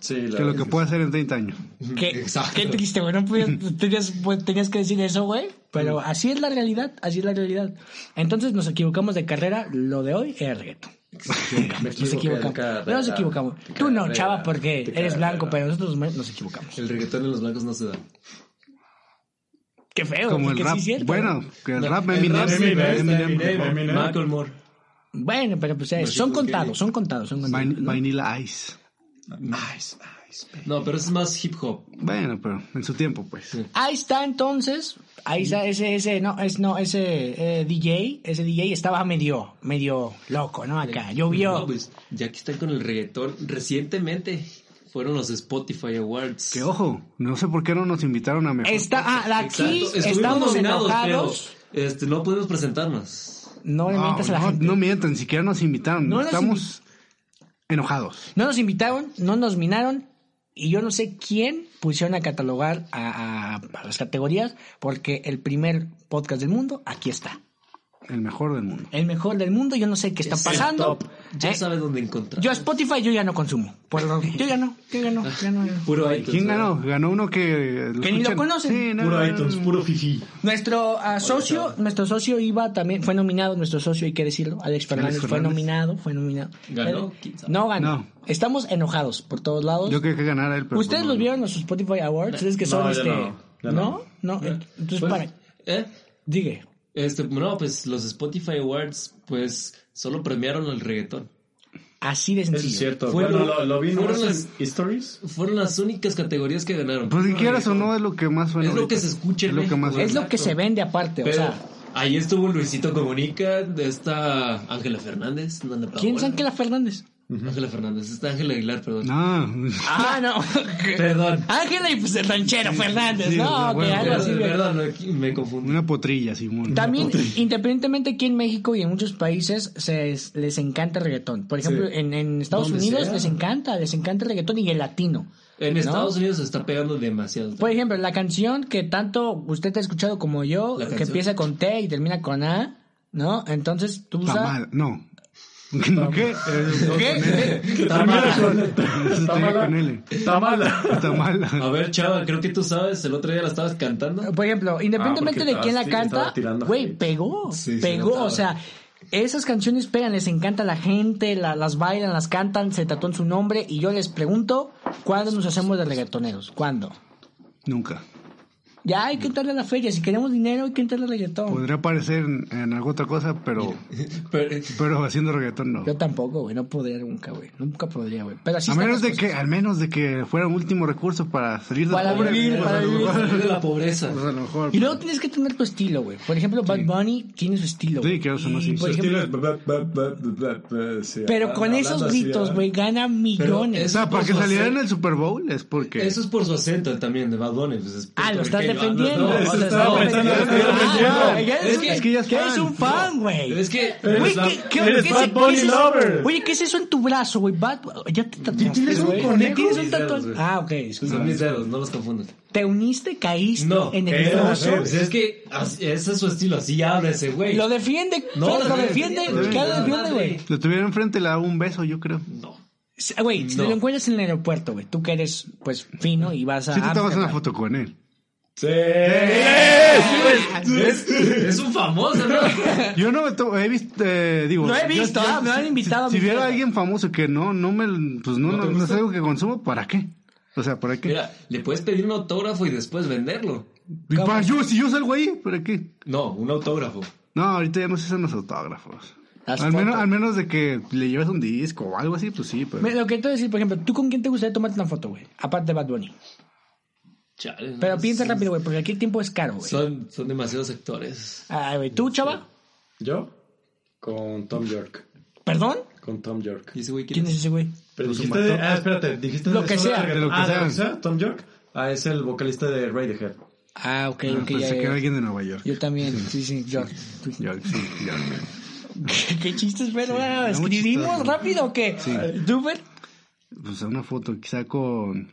Sí, la
Que lo
verdad
que
sí.
pueda hacer en 30 años.
Que,
Exacto.
qué triste, güey. No pudieras- tenías, pues, tenías que decir eso, güey. Pero así es la realidad, así es la realidad. Entonces nos equivocamos de carrera. Lo de hoy es reggaetón.
Me
Nos
equivoqué de
equivocamos.
carrera.
Nos equivocamos.
De
Tú no,
carrera.
chava, porque
De
eres
carrera.
blanco, pero nosotros nos- nos equivocamos.
El reggaetón en los blancos no se da.
Qué feo,
Como el
porque
rap.
sí es cierto, ¿no?
bueno, que el rap
El
Eminem.
rap sí,
Eminem,
está
Eminem,
Eminem,
Eminem.
Michael Moore.
Bueno, pero pues eh, son contados, son contados, son contados.
Van- Vanilla Ice.
Nice, nice.
No, pero es más hip hop.
Bueno, pero en su tiempo, pues.
Ahí está entonces, ahí está ese, ese, no, es, no, ese eh, DJ, ese DJ estaba medio, medio loco, ¿no? Acá, llovió.
No, pues, ya que están con el reggaetón, recientemente fueron los Spotify Awards.
Que ojo, no sé por qué no nos invitaron a mejor.
Está, ah,
Exacto,
aquí
estuvimos
estamos
nominados,
enojados.
pero, este, no pudimos presentarnos.
No le
No,
mientas a la
no,
gente.
no mientan, ni siquiera nos invitaron.
No nos
Estamos enojados.
No nos invitaron, no nos minaron. Y yo no sé quién pusieron a catalogar a, a- a las categorías, porque el primer podcast del mundo aquí está.
El mejor del mundo.
El mejor del mundo, yo no sé qué está
Es el
pasando.
top. Ya
Eh,
sabes dónde encontrar.
Yo a Spotify yo ya no consumo. Por lo- yo ya no, yo ya no, ya no, ya no.
Puro iTunes.
¿Quién
¿verdad?
ganó? Ganó uno que...
Que ni lo
escuchan.
conocen.
Sí, no,
Puro
no,
iTunes,
no.
puro fifi.
Nuestro ah, socio, nuestro socio iba también, fue nominado, nuestro socio, hay que decirlo, Alex Fernández, fue
Fernández.
nominado, fue nominado. Eh,
¿Ganó? ¿Quién sabe?
No ganó.
No.
Estamos enojados por todos lados.
Yo creo que ganara él, pero...
¿Ustedes
pues,
los
no.
vieron en los Spotify Awards? ¿Ustedes que
No,
son
yo
este?
no, yo
No,
no.
no. Entonces,
Pues,
para,
¿eh?
diga.
Este, no, pues los Spotify Awards, pues solo premiaron el reggaetón.
Así de
Eso
sencillo.
es cierto.
Fueron-
bueno, lo, lo vi
fueron
nomás en
las-
Stories.
Fueron las únicas categorías que ganaron.
Pues si quieras o no, es lo que más suena.
Es lo
ahorita.
que se escucha en
Es lo que
México,
más
güey.
Es lo que se vende aparte,
Pero
o sea.
ahí estuvo Luisito Comunica, de esta Ángela Fernández. Dana Paola.
¿Quién es Ángela Fernández?
Ángela Fernández, esta Ángela Aguilar, perdón.
Ah,
Ah, no.
Perdón.
Ángela y pues el ranchero Fernández,
sí,
no,
bueno,
que algo así.
Perdón,
güey.
perdón, aquí me confundí.
una potrilla, Simón.
También, independientemente aquí en México y en muchos países, se es- les encanta el reggaetón. Por ejemplo,
Sí.
en, en Estados
Donde
Unidos
sea.
les encanta, les encanta el reggaetón y el latino.
En
¿no?
Estados Unidos se está pegando demasiado.
Por ejemplo, la canción que tanto usted ha escuchado como yo,
La
que
canción.
empieza con T y termina con A, ¿no? Entonces tú
Está
usas...
mal, no. ¿Qué?
¿Qué?
Está mal.
Está con L.
Está mala.
Está mal.
A ver, chava, creo que tú sabes, el otro día la estabas cantando.
Por ejemplo, independientemente
Ah,
de
porque
quién la
estabas-
canta,
estaba tirando
güey,
hate.
pegó,
Sí, se
pegó,
notaba.
o sea, esas canciones pegan, les encanta a la gente, la- las bailan, las cantan, se tatúan su nombre y yo les pregunto, ¿cuándo nos hacemos de reggaetoneros? ¿Cuándo?
Nunca.
Ya hay que entrarle a la feria, si queremos dinero hay que entrarle al reggaetón.
Podría parecer en, en alguna otra cosa, pero,
Pero-
pero haciendo reggaetón no.
Yo tampoco, güey, no podría nunca, güey, nunca podría, güey. Pero así
A
están
menos
las
de
cosas.
que, al menos de que fuera un último recurso para salir de
Para
pobre,
vivir,
pues,
para
a lo
vivir.
mejor-
salir de la pobreza.
pues, a lo mejor.
Y luego tienes que tener tu estilo, güey. Por ejemplo, Bad Bunny tiene su estilo.
Sí,
güey.
que eso no,
Y,
sí.
por
Su
ejemplo,
estilo es bla, bla, bla, bla, bla, bla, sí,
Pero
hablando-
con esos
hablando así,
gritos,
¿verdad?
güey, gana millones.
o sea, para que
Eso
saliera
sí.
en el Super Bowl es porque...
Eso es por su acento también, de Bad Bunny. pues, es
Ah, lo estás defendiendo.
puertorriqueño. Ah, no,
o sea,
eso
estás
estaba
defendiendo.
pensando, estoy
Ah,
defendiendo.
güey, ya
Es que- es que ya es
ya
fan.
eres un fan, güey.
Es que
Güey,
Eres
¿qué,
Bad-
qué-
eres
qué
Bad
es- qué
Bunny
es-
lover.
Oye, ¿qué es eso en tu brazo, güey? Bad... Ya te tatuaste,
tienes un
güey.
conejo?
Tienes un
Mis dedos,
tatuaje.
güey.
Ah, ok,
son
disculpa.
mis dedos, no los confundas.
¿Te uniste, caíste
No,
en
¿qué
el
era?
brazo?
Pues es que así- ese es su estilo, así habla ese güey.
Lo defiende,
No,
Fer, lo
lo
defiende,
defiende,
¿qué lo
güey.
defiende, güey?
Lo tuviera enfrente le daba un beso, yo creo.
No.
Sí, Güey, si
No.
te lo encuentras en el aeropuerto, güey, tú que eres, pues, fino y vas a...
Si te tomas una
Ámsterdam.
foto con él.
Sí.
pues, Es, es un famoso, ¿no?
Yo no me to- he visto, eh, digo...
Lo he
yo-
visto,
yo-
ah, me han invitado a
Si,
mi
si viera a
fiesta.
alguien famoso que no, no me... Pues no, no, no es algo que consumo, ¿para qué? O sea, ¿para qué?
Mira, le puedes pedir un autógrafo y después venderlo.
Y para yo, si yo salgo ahí, ¿para qué?
No, un autógrafo.
No, ahorita ya no se usan los autógrafos.
Las
Al menos,
fotos.
al menos de que le lleves un disco o algo así, pues sí, pero...
Mira, Lo que te voy a decir, por ejemplo, ¿tú con quién te gustaría tomarte una foto, güey? Aparte de Bad Bunny.
Chale,
Pero
no,
piensa
son-
rápido, güey, porque aquí el tiempo es caro, güey.
Son, son demasiados actores.
Ay, güey, ¿tú, chava?
¿Yo? Con Tom York.
¿Perdón?
Con Tom York.
¿Y ese güey quién
¿Quién es
es?
ese güey?
Pero
Pues
dijiste
un
de-
vato.
Ah, espérate. Dijiste
Lo
de
que
solo
sea.
regga-
De lo que
ah,
sea.
Tom York. Ah, es el vocalista de Radiohead.
Ah, ok, ok, ya,
Pensé
ya,
que era
ya.
pues, alguien de Nueva York.
Yo también, sí, sí, yo.
Yo, sí, yo.
¿Qué, qué chistes, pero bueno,
muy
escribimos
chistoso.
rápido o qué?
Sí.
¿Tú, Fer?
Pues una foto quizá con...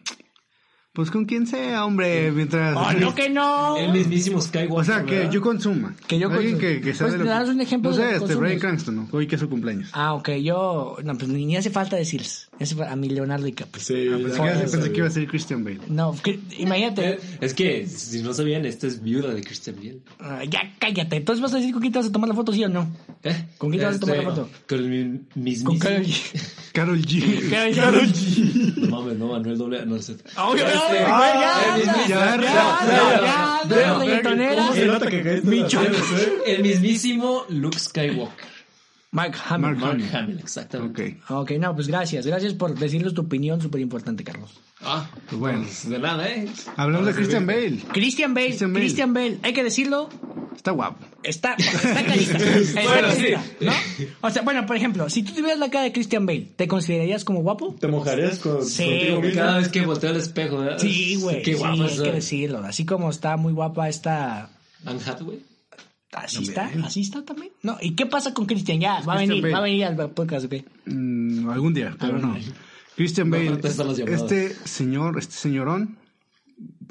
Pues con quien sea, hombre, mientras...
Oh, no que no.
El mismísimo Skywalker.
O sea, que
¿verdad?
yo consuma.
Que yo
Alguien
consuma.
que, que sea
Pues,
de lo
¿me
que-
das un ejemplo
No
de
sé,
lo que
este,
consumes?
Brian Cranston, ¿no? hoy que es su cumpleaños.
Ah, ok, yo. No, pues ni hace falta decirles. Es a mi Leonardo DiCaprio.
Ah, pues Sí,
Pensé
ya
que-
lo
pensé
sabía.
que iba a ser Christian Bale.
No, que- imagínate.
Eh, Es que, si no sabían, esta es viuda de Christian Bale.
Ah, ya cállate. Entonces vas a decir con quién te vas a tomar la foto, ¿sí o no?
¿Eh?
¿Con quién te vas a tomar la foto?
Con el mi- mismísimo.
Con Karol G.
Carol G.
Karol G.
No mames, no, Manuel Doble. No sé.
Ay, ay, ay,
Este-
ay, ya,
el
ya,
mismísimo-
ya, ya,
ya,
ya,
ya,
ya,
reggaetonera.
¿Cómo se nota que caíste en la tele, eh?
El mismísimo Luke Skywalker.
Mark Hamill.
Mark
Mark
Hamill.
Hamill, exactamente.
Ok.
Ok, no, pues gracias. Gracias por decirnos tu opinión súper importante, Carlos.
Ah,
Pues bueno.
pues, de nada, ¿eh?
Hablamos de Christian Bale.
Christian Bale,
Christian
Christian
Bale.
Bale, hay que decirlo,
Está guapo.
está, está carita. Está
Bueno,
carita,
sí.
¿no? O sea, bueno, por ejemplo, si tú tuvieras la cara de Christian Bale, ¿te considerarías como guapo?
¿Te mojarías con,
Sí,
contigo
güey.
mismo?
Cada vez que volteo al espejo, ¿verdad?
Sí, güey.
Qué
sí,
guapo
hay que decirlo. Así como está muy guapa esta.
Anne Hathaway.
Así está, así está también. No, ¿y qué pasa con Christian? Ya, va a
Christian
venir,
Bale.
va a venir al podcast, güey.
Mm, algún día, pero no. Christian
No
Bale.
contesta las llamadas.
este señor, este señorón,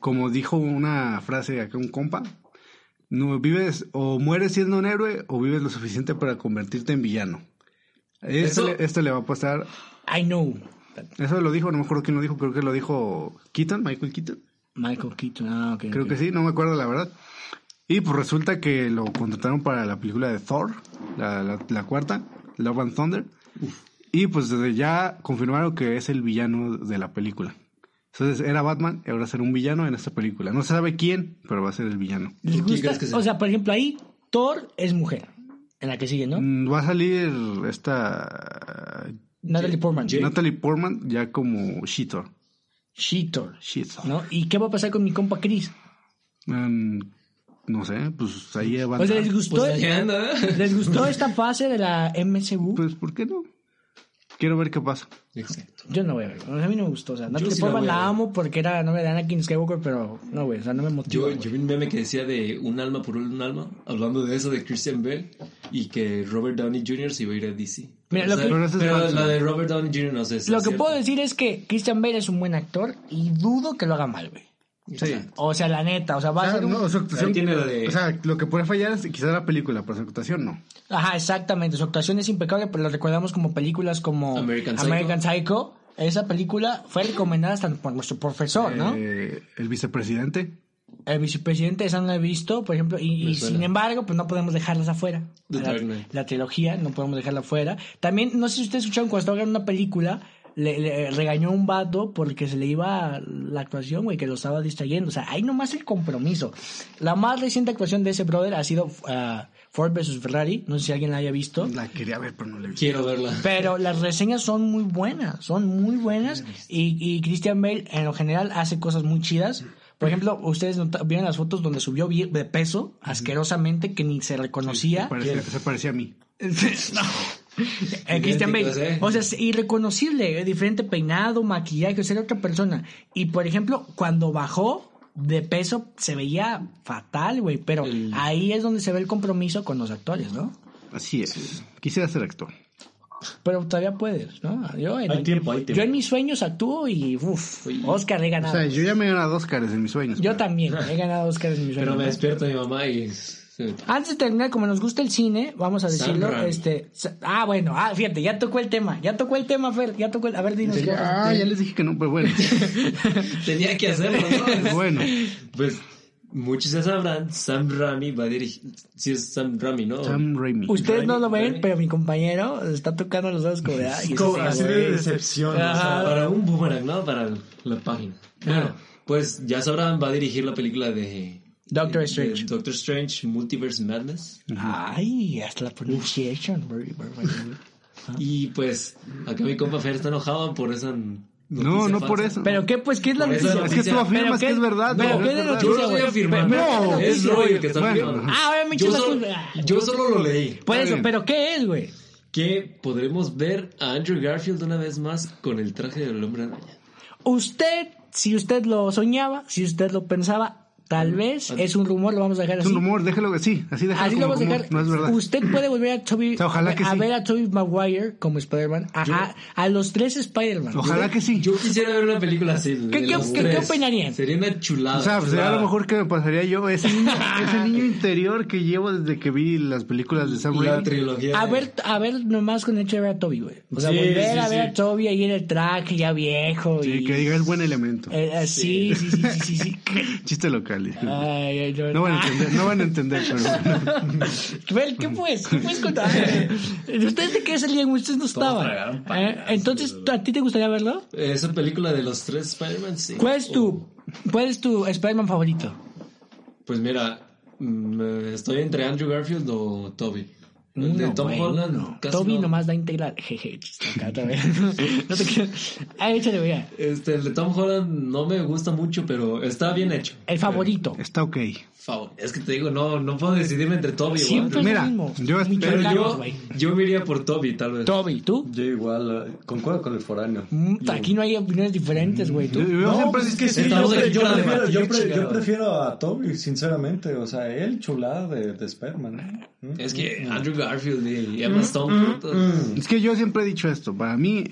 como dijo una frase acá un compa, no vives o mueres siendo un héroe o vives lo suficiente para convertirte en villano. Esto,
Eso-
le, esto le va a pasar.
I know.
Eso lo dijo, no me acuerdo quién lo dijo, creo que lo dijo Keaton, Michael Keaton.
Michael Keaton, ah, ok.
Creo que sí, no me acuerdo la verdad. Y pues resulta que lo contrataron para la película de Thor, la, la- la cuarta, Love and Thunder. Y pues desde ya confirmaron que es el villano de la película. Entonces era Batman y ahora será un villano en esta película. No se sabe quién, pero va a ser el villano.
¿Les
¿Quién
gusta?
crees que sea?
O sea, por ejemplo, ahí Thor es mujer. En la que sigue, ¿no?
Mm, Va a salir esta...
Natalie Portman.
Jake.
Natalie Portman ya como Shitor.
Cheetor.
Shitor.
¿No? ¿Y qué va a pasar con mi compa Chris?
Mm, no sé, pues ahí va. a
O sea,
andar.
¿les gustó,
Pues allá anda, ¿eh?
¿les gustó esta fase de la MCU?
Pues, ¿por qué no? Quiero ver qué pasa.
Exacto.
Yo no voy a ver. güey. A mí no me gustó. O sea, Natalie
sí la
Portman
voy a
la,
ver.
amo porque era nombre de Anakin Skywalker, pero no, güey. O sea, no me motivó.
Yo,
güey.
yo vi un meme que decía de un alma por un alma, hablando de eso de Christian Bell y que Robert Downey Jr. se iba a ir a DC.
Mira,
O
lo
sea,
que-
pero
Pero eso es falso.
la de Robert Downey Jr. no sé si
Lo
es
que
cierto.
puedo decir es que Christian Bale es un buen actor y dudo que lo haga mal, güey.
Sí.
O sea, la neta, o sea,
Ah,
va a ser un...
Ah, no, su actuación-
Ahí tiene la de-
o sea, lo que puede fallar es quizás la película, pero su actuación no.
Ajá, exactamente. Su actuación es impecable, pero lo recordamos como películas como
American Psycho.
Psycho. Esa película fue recomendada hasta por nuestro profesor, ¿no?
Eh, el vicepresidente.
El vicepresidente esa no la he visto, por ejemplo, y, y
Me suena.
sin embargo, pues no podemos dejarlas afuera.
The
La,
Dark Knight.
la trilogía no podemos dejarla afuera. También, no sé si ustedes escucharon cuando estaba en una película, le, le regañó un vato porque se le iba la actuación, güey, que lo estaba distrayendo. O sea, hay nomás el compromiso. La más reciente actuación de ese brother ha sido ah, Ford vs. Ferrari. No sé si alguien la haya visto.
La quería ver, pero no la vi.
Quiero verla.
Pero las reseñas son muy buenas, son muy buenas. Y, y Christian Bale, en lo general, hace cosas muy chidas. Por ejemplo, ustedes nota- vieron las fotos donde subió bien- de peso, asquerosamente, que ni se reconocía.
Se parecía, se parecía a mí.
No. Eh, Christian Bale.
Idénticos, ¿eh?
O sea, es irreconocible, eh, diferente peinado, maquillaje, o sea, era otra persona. Y por ejemplo, cuando bajó de peso, se veía fatal, güey. Pero
El-
ahí es donde se ve el compromiso con los actores, ¿no?
Así es. Quisiera ser actor.
Pero todavía puedes, ¿no? Yo en,
Hay tiempo, hay tiempo.
Yo en mis sueños actúo y, uff, Oscar he
O
ganado.
sea, yo ya me he ganado dos caras en mis sueños.
Ah, pues. yo
pero-
también he ganado Oscar en mis
Pero me
sueños.
despierta mi mamá y... se-
Antes de terminar, como nos gusta el cine, vamos a decirlo,
Rami.
este... sa- Ah, bueno, ah, fíjate, ya tocó el tema, ya tocó el tema, Fer, ya tocó el... A ver, dinos qué vas a
Ah, ya les dije que no, pero bueno.
Tenía que hacerlo, ¿no?
bueno.
Pues muchos ya sabrán, Sam Rami va a dirigir... Si es Sam Rami, ¿no?
Sam Raimi.
Ustedes no lo ven,
Rami.
pero mi compañero está tocando los dedos como de... "Ay,
Como
sí,
así
güey".
de decepción. o
O sea,
sea,
para un boomerang, ¿no? Para la página. Bueno, pues ya sabrán, va a dirigir la película de...
Doctor
de
Strange.
Doctor Strange, Multiverse Madness.
Ay, hasta la pronunciación. güey, güey, güey, güey.
Y pues, acá mi compa Fer está enojado por esa...
No,
noticia
no por
falsa.
eso.
Pero qué, pues, ¿qué es la
Por eso
noticia?
no-
es que tú
pero
afirmas
qué-
que es verdad.
pero
¿no?
qué
Es
de
verdad.
Yo no lo voy a afirmar.
No.
es Roy el que está
Bueno,
afirmando.
ajá. Ah, bueno,
yo,
muchas
solo,
gracias.
yo solo lo leí.
Por eso,
bien.
pero ¿qué es, güey?
Que podremos ver a Andrew Garfield una vez más con el traje del hombre araña.
Usted, si usted lo soñaba, si usted lo pensaba, tal vez es un rumor, lo vamos a dejar
Es
así.
un rumor, déjalo que sí. Así déjalo
Así lo
como
vamos a
rumor,
dejar.
No es verdad.
Usted puede volver a Toby,
O sea, ojalá que
a
sí.
ver a Toby Maguire como Spider-Man, ajá, a los tres Spider-Man.
Ojalá que sí.
Yo quisiera ver una película así. de
¿Qué- qué-
los
qué- qué
tres.
opinarían?
Sería una chulada.
O sea, pues,
chulada.
a lo mejor que me pasaría yo ese niño, ese niño interior que llevo desde que vi las películas de Sam
La
Raimi.
trilogía.
A ver, a ver nomás con el hecho de ver a Toby, güey. O sea,
Sí,
volver
sí,
a ver
sí.
a Toby ahí en el track ya viejo
Sí,
y...
que diga es buen elemento.
Eh, eh, sí, sí, sí, sí, sí, sí.
Chiste local. disculpe.
Ay, ay,
No van a
Ah.
entender, no van a entender, pero bueno.
Joel, ¿qué pues? ¿Qué puedes contar? Ustedes de qué salían, ustedes no estaban.
tragaron payaso,
Eh, Entonces, ¿a ti te gustaría verlo?
Esa película de los tres Spider-Man, sí.
¿Cuál es
Oh.
tu, cuál es tu Spider-Man favorito?
Pues mira, mm, estoy entre Andrew Garfield o Toby. El de
No,
Tom
güey,
Holland.
no.
casi
Toby
no.
nomás da integral. Jeje, chiste acá también. No te quiero. Ah, échale, vea.
Este, el de Tom Holland no me gusta mucho, pero está bien hecho.
El favorito.
Está ok.
Favor. Es que te digo, no, no puedo decidirme entre Toby o
Siempre
Andrew.
es
Mira,
lo mismo.
yo espero-
Pero
Millonario,
yo,
güey.
yo me iría por Toby, tal vez.
Toby, ¿tú?
yo igual, eh, concuerdo con el foráneo.
Mm, Aquí no hay opiniones diferentes, güey. ¿Tú?
Yo- yo siempre-
pues es que sí,
Estamos
yo, pre-
aquí
yo
para
prefiero, yo,
debatir,
pre-
chingado.
yo prefiero a Toby, sinceramente. O sea, él chulada de, de Spider-Man. ¿eh? ¿Mm?
Es que Andrew Garfield y
Mm-hmm.
Emma Stone juntos.
Es que yo siempre he dicho esto. Para mí,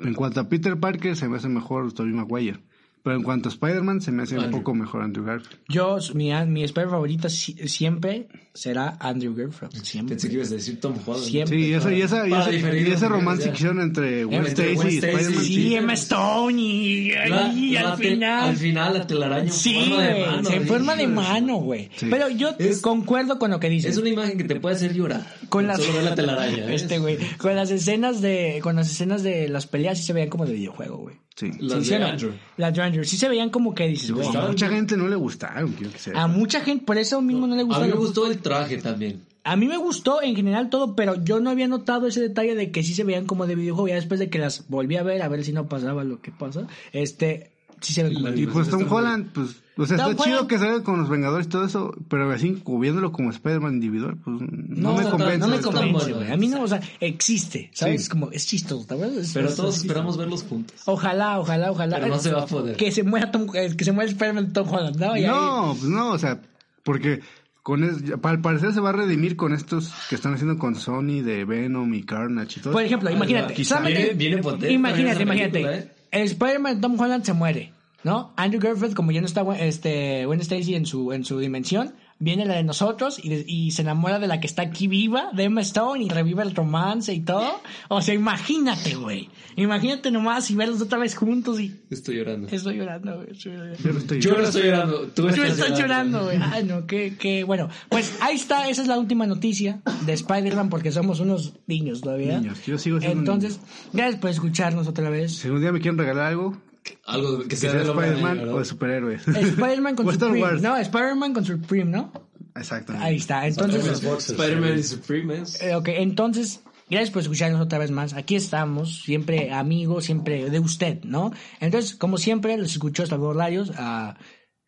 en cuanto a Peter Parker, se me hace mejor Tobey Maguire. Pero en cuanto a Spider-Man, se me hace un
Andrew.
poco mejor Andrew Garfield.
Yo, mi, mi Spider-Man favorito si- siempre será Andrew Garfield. Siempre.
Pensé que ibas a decir Tom Holland.
Siempre.
Sí, y esa, y esa, y
Para
esa-
diferir
y ese
opiniones,
romance
ya.
que hicieron entre Gwen
Entre
Stacy
Gwen
y
Stacy,
Spider-Man.
sí.
Sí, Emma Stone y,
La-
y
la
al
te-
final.
Al final, la telaraña.
Sí,
en forma de
güey,
mano,
se
hijo
forma de
su-
mano, güey.
Sí.
Pero yo
Es-
concuerdo con lo que dices.
Es una imagen que te puede hacer llorar.
con las
Solo ver la telaraña. ¿ves?
este güey, con las escenas de con las escenas de las peleas sí se veían como de videojuego, güey.
Sí. pues,
Las
Sí,
de
sí, no.
Andrew.
Las de Andrew sí se veían como que dices, güey.
A mucha gente no le gustaron, quiero que
A
sea.
mucha gente por eso mismo no le
A mí
gustaron.
me gustó el traje también.
A mí me gustó en general todo, pero yo no había notado ese detalle de que sí se veían como de videojuego. Ya después de que las volví a ver, a ver si no pasaba lo que pasa. Este, sí se ven como de
Y pues Tom Holland, pues, o sea,
Tom
está chido
Holland.
que salga con los Vengadores y todo eso, pero así cubriéndolo como Spider-Man individual, pues no,
No,
me
no,
convence.
no me
está
convence,
bueno.
güey. A mí no, o sea, existe, ¿sabes?
Sí.
Como, es chistoso, ¿te acuerdas? Es-
Pero
es-
todos
es-
esperamos verlos juntos.
Ojalá, ojalá, ojalá.
Pero no se va a poder.
Que se muera Tom, eh, que se muera Spider-Man Tom Holland, ¿no? Y ahí-
No, pues no, o sea, porque con es- pa- al parecer se va a redimir con estos que están haciendo con Sony de Venom y Carnage y todo.
Por
eso.
ejemplo, imagínate.
quizá.
solamente-
Ah, Viene- viene ¿eh? potente
Imagínate,
también esa
imagínate.
película,
El Spider-Man Tom Holland se muere, ¿no? Andrew Garfield, como ya no está este, Gwen Stacy en su, en su dimensión, viene la de nosotros y, de- y se enamora de la que está aquí viva, de Emma Stone, y revive el romance y todo. O sea, imagínate, güey. Imagínate nomás y verlos otra vez juntos y...
Estoy llorando.
Estoy llorando, güey. estoy llorando.
Yo no estoy
Yo no estoy llorando. Tú
Yo
estás
estoy llorando, güey. Ay, no, qué, qué. Bueno, pues ahí está. Esa es la última noticia de Spider-Man porque somos unos niños todavía.
Niños, yo sigo siendo un
Entonces, gracias por escucharnos otra vez.
Si un día me quieren regalar algo,
Algo que
que
sea
sea
de
de
lo
Spider-Man pues, o de superhéroes.
Spider-Man con
O Pues, Star
Supreme.
Wars.
No, Spider-Man con Supreme, ¿no?
Exactamente.
Ahí está. Entonces,
Spider-Man y Supreme es-
eh, ok, entonces. Gracias por escucharnos otra vez más. Aquí estamos, siempre amigos, siempre de usted, ¿no? Entonces, como siempre, los escuchó Salvador Larios. a- ah,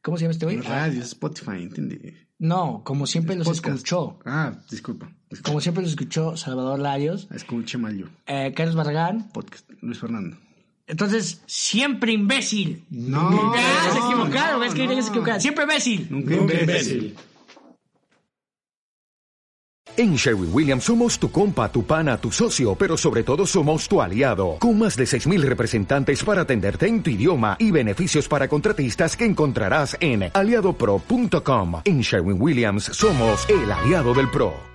¿Cómo se llama este güey?
No, Radio, Spotify, entendí.
No, como siempre los
Podcast.
escuchó.
Ah, disculpa. disculpa.
Como siempre los escuchó Salvador Larios.
Escuché mal yo.
eh, Carlos Barragán.
Podcast. Luis Fernando.
Entonces, siempre imbécil.
No.
Ah, se equivocaron,
no,
es que ellos se
no.
equivocaron. Siempre imbécil.
Nunca imbécil.
En Sherwin Williams somos tu compa, tu pana, tu socio, pero sobre todo somos tu aliado, con más de 6.000 representantes para atenderte en tu idioma y beneficios para contratistas que encontrarás en aliadopro.com. En Sherwin Williams somos el aliado del PRO.